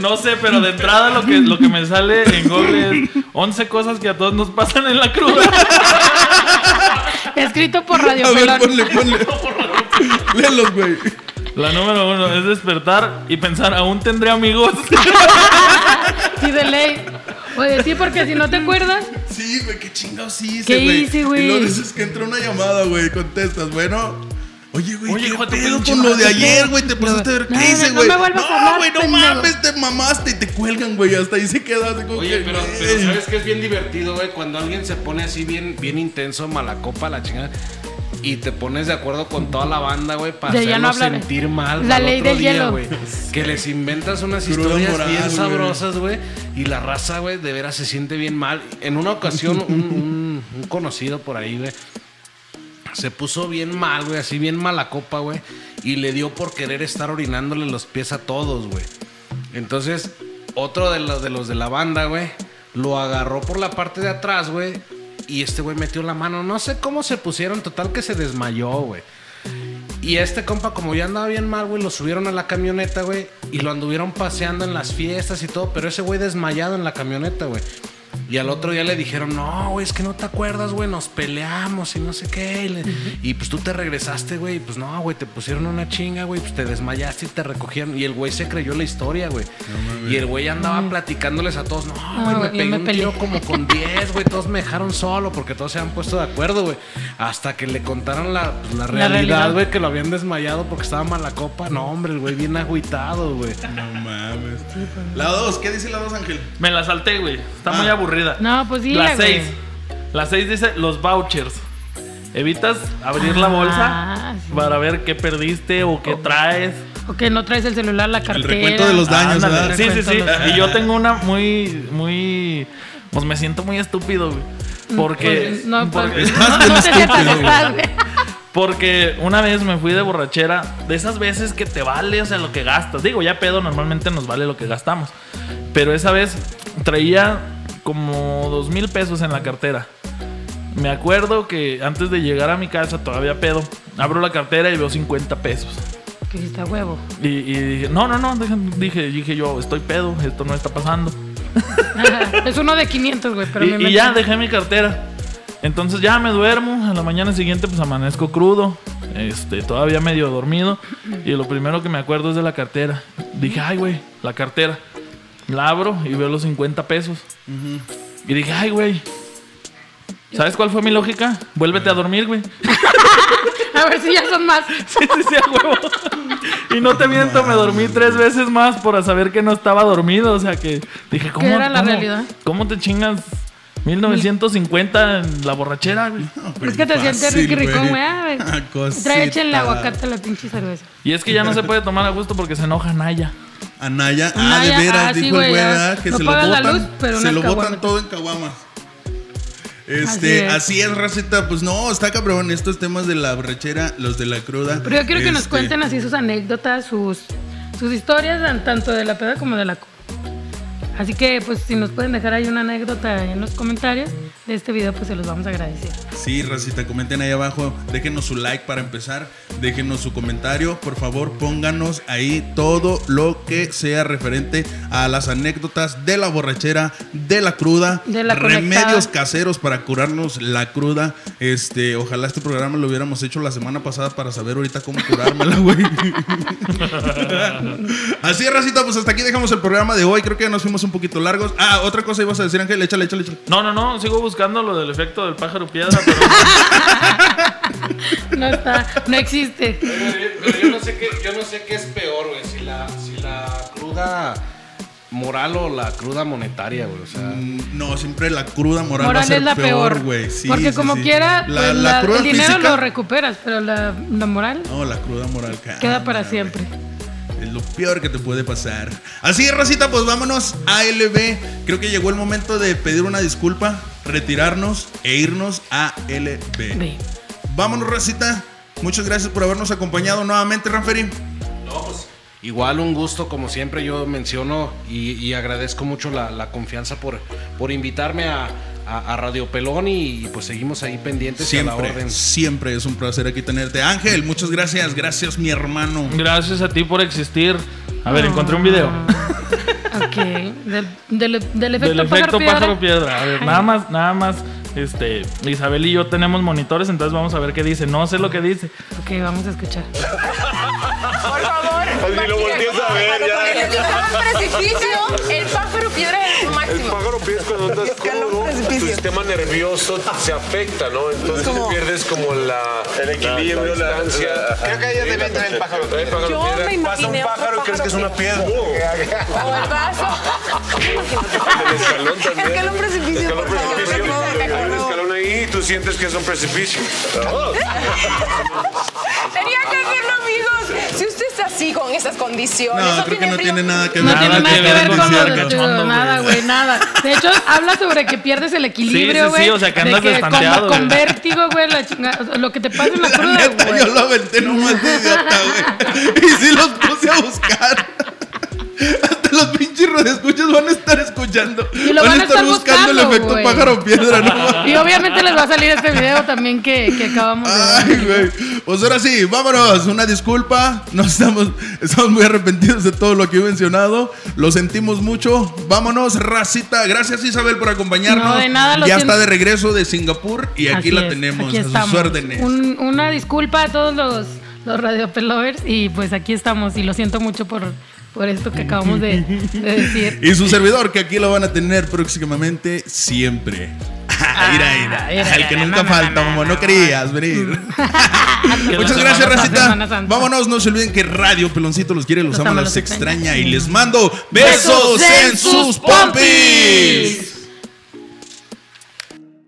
No sé, pero de entrada lo que, lo que me sale en Google es 11 cosas que a todos nos pasan en la cruda. Escrito por [laughs] Radio A ver, Pelón. ponle, ponle. Léelos, güey. La número uno es despertar y pensar, aún tendré amigos. [laughs] Sí, de ley. Oye, sí, porque si no te acuerdas, Sí, güey, qué chingados hice, ¿Qué güey. hice, güey? Y luego dices que entró una llamada, güey, contestas, bueno. Oye, güey, Oye, ¿qué hijo de tu pedo pinche con lo de madre, ayer, güey? Te pasaste a ver No, qué hice, no güey. me vuelvas a hablar, güey, no pendejo. mames, te mamaste y te cuelgan, güey. Hasta ahí se quedas. como Oye, que, pero, pero güey. sabes que es bien divertido, güey, cuando alguien se pone así bien, bien intenso, malacopa, la chingada, y te pones de acuerdo con toda la banda, güey, para De ya no hacerlo hablar. sentir mal. La al ley otro del día, hielo. güey. [laughs] Que les inventas unas Cruda historias moral, bien güey. sabrosas, güey, y la raza, güey, de veras se siente bien mal. En [laughs] una ocasión, un, un- un conocido por ahí, güey, se puso bien mal, güey, así bien mala copa, güey, y le dio por querer estar orinándole los pies a todos, güey. Entonces, otro de los de, los de la banda, güey, lo agarró por la parte de atrás, güey, y este güey metió la mano. No sé cómo se pusieron, total que se desmayó, güey. Y este compa, como ya andaba bien mal, güey, lo subieron a la camioneta, güey, y lo anduvieron paseando en las fiestas y todo, pero ese güey desmayado en la camioneta, güey. Y al otro día le dijeron, no, güey, es que no te acuerdas, güey, nos peleamos y no sé qué. Y, le- y, pues tú te regresaste, güey, y pues no, güey, te pusieron una chinga, güey, pues te desmayaste y te recogieron. Y el güey se creyó la historia, güey. y el güey andaba platicándoles a todos, no, güey, me güey, yo pegué me un peleé". tiro como con 10, güey, todos me dejaron solo porque todos se han puesto de acuerdo, güey. Hasta que le contaron la, pues, la La realidad, realidad. güey, que lo habían desmayado porque estaba mala copa. No, hombre, el güey bien agüitado, güey. No mames. La 2, ¿qué dice la 2, Ángel? Me la salté, güey. Está muy Ah. aburrida. No, pues sí, La güey. 6. La 6 dice los vouchers. Evitas abrir la bolsa Ah, sí. para ver qué perdiste o qué traes. o que no traes el celular, la cartera. recuento de los da- Daños, Ándale. ¿verdad? Sí, sí, sí. Recuéntalo. [laughs] Y yo tengo una muy, muy. Pues me siento muy estúpido, güey. Porque. Pues, no, pues, porque- no, no este te sientas estás, güey. Porque una vez me fui de borrachera, de esas veces que te vale, o sea, lo que gastas. Digo, ya pedo, normalmente nos vale lo que gastamos. Pero esa vez traía como dos mil pesos en la cartera. Me acuerdo que antes de llegar a mi casa, todavía pedo, abro la cartera y veo 50 pesos. Que sí está huevo. [laughs] Y, y dije, no, no, no, dejen- dije, dije yo, estoy pedo, esto no está pasando. Ajá. es uno de 500, güey, pero Y, me y metí. ya dejé mi cartera. Entonces ya me duermo, a la mañana siguiente pues amanezco crudo, este, todavía medio dormido y lo primero que me acuerdo es de la cartera. Dije, ay güey, la cartera. La abro y veo los 50 pesos. Y dije, ay güey. ¿Sabes cuál fue mi lógica? Vuélvete a dormir, güey. A ver si ya son más. Sí, sí, sí, a huevo. Y no te miento, me dormí tres veces más por saber que no estaba dormido. O sea que dije, ¿cómo, era la cómo- realidad? ¿Cómo te chingas 1950 en la borrachera? güey? Ah, pues, Es que te sientes rico rico, güey. Ah, [laughs] güey. Trae Trae echa el aguacate a la pinche cerveza. Y es que ya no se puede tomar a gusto porque se enoja Naya. Anaya, ah, Anaya, de veras, ah, sí, dijo el güey, güey, ah. ah, que No se lo pagas la botan, luz, pero se unas lo botan caguamas. todo en caguamas. Este, Así es. así es. racita, pues no, está cabrón estos temas de la borrachera, los de la cruda. Pero yo quiero que nos este, cuenten así sus anécdotas, sus, sus historias, tan- tanto de la peda como de la co- Así que, pues, si nos pueden dejar ahí una anécdota en los comentarios de este video, pues se los vamos a agradecer. Sí, racita, comenten ahí abajo, déjenos su like para empezar, déjenos su comentario, por favor, pónganos ahí todo lo que sea referente a las anécdotas de la borrachera, de la cruda, De la remedios conectada. caseros para curarnos la cruda. Este, ojalá este programa lo hubiéramos hecho la semana pasada para saber ahorita cómo curármela, güey. [laughs] Así es, racita, pues hasta aquí dejamos el programa de hoy, creo que nos fuimos un poquito largos. Ah, otra cosa ibas a decir, Ángel, échale, échale, échale. No, no, no, sigo buscando lo del efecto del pájaro piedra, [laughs] pero No está, no existe. Pero yo no sé qué, yo no sé qué es peor, güey. Si la, si la cruda moral o la cruda monetaria, güey. O sea, Mm, No, siempre la cruda moral, va a Moral ser es la peor, güey. Sí, porque sí, como sí. quiera, La- pues, la la- cruda el dinero física- lo recuperas, pero la, la moral No, la cruda moral cara, queda para güey. siempre. Es lo peor que te puede pasar. Así es, Racita, pues vámonos a LB. Creo que llegó el momento de pedir una disculpa, retirarnos e irnos a LB. Ve. Vámonos, Racita. Muchas gracias por habernos acompañado nuevamente, Ranferi. Igual un gusto, como siempre yo menciono y, y agradezco mucho la, la confianza por, por invitarme a, a- a Radio Pelón y, y, pues seguimos ahí pendientes y a la Siempre, orden. siempre es un placer aquí tenerte. Ángel, muchas gracias. Gracias, mi hermano. gracias a ti por existir. A ver, encontré un video. Ah, Ok, del, del, del efecto, Del efecto pájaro, pájaro piedra. piedra. A ver, nada más, nada más. Este, Isabel y yo tenemos monitores, entonces vamos a ver qué dice. No sé lo que dice. Ok, vamos a escuchar. Por favor. Así lo volteas a ver, ya. El [laughs] precipicio, el pájaro piedra es lo El máximo. pájaro pies cuando andas crudo, tu sistema nervioso se afecta, ¿no? Entonces pierdes como la El equilibrio, la- la- Creo que ahí es deben traer el pájaro. Yo me imaginé Pasa un otro pájaro y crees que es una piedra. O el vaso. El escalón también. Escala un precipicio, Escala un por favor, precipicio, no, no, hay un no. escalón ahí y tú sientes que es un precipicio. Tenía que hacerlo, amigos. Si usted está así con esas condiciones, No, creo que no frío. tiene nada que No ver. Nada tiene nada que ver con con ser lo de cachondo, tu- nada, güey. güey, nada. De hecho, habla sobre que pierdes el equilibrio, Sí, sí, güey. sí, o sea, que de andas destanteado, Con, güey. con vértigo, güey, la chingada. o sea, Lo que te pasa en la, La cruda, neta, güey. yo lo aventé nomás de idiota, güey. [laughs] Y sí los puse a buscar. [laughs] Hasta los pinches radioescuchas van a estar escuchando. Y lo van a estar buscando, el buscando, efecto güey. pájaro piedra, no mames. Y obviamente les va a salir este video también que, que acabamos de [laughs] ver. Ay, güey. Pues ahora sí, vámonos. Una disculpa. Nos estamos, estamos muy arrepentidos de todo lo que he mencionado. Lo sentimos mucho. Vámonos, racita. Gracias, Isabel, por acompañarnos. No, de nada, lo ya siento. está de regreso de Singapur y aquí Así la es, tenemos. aquí a sus estamos. órdenes. Un- una disculpa a todos los, los radiopelovers y pues aquí estamos y lo siento mucho por, por esto que acabamos de, de decir. Y su servidor, que aquí lo van a tener próximamente siempre. Ira, ira. ira, El que ira, nunca na, na, falta, na, como na, no querías venir. Ah, Que Muchas la gracias, semana Santa, Racita. Semana Santa. Vámonos, no se olviden que Radio Peloncito los quiere, los Los ama, ama, los los extraña. extraña. Y les mando besos Besos en sus pompis.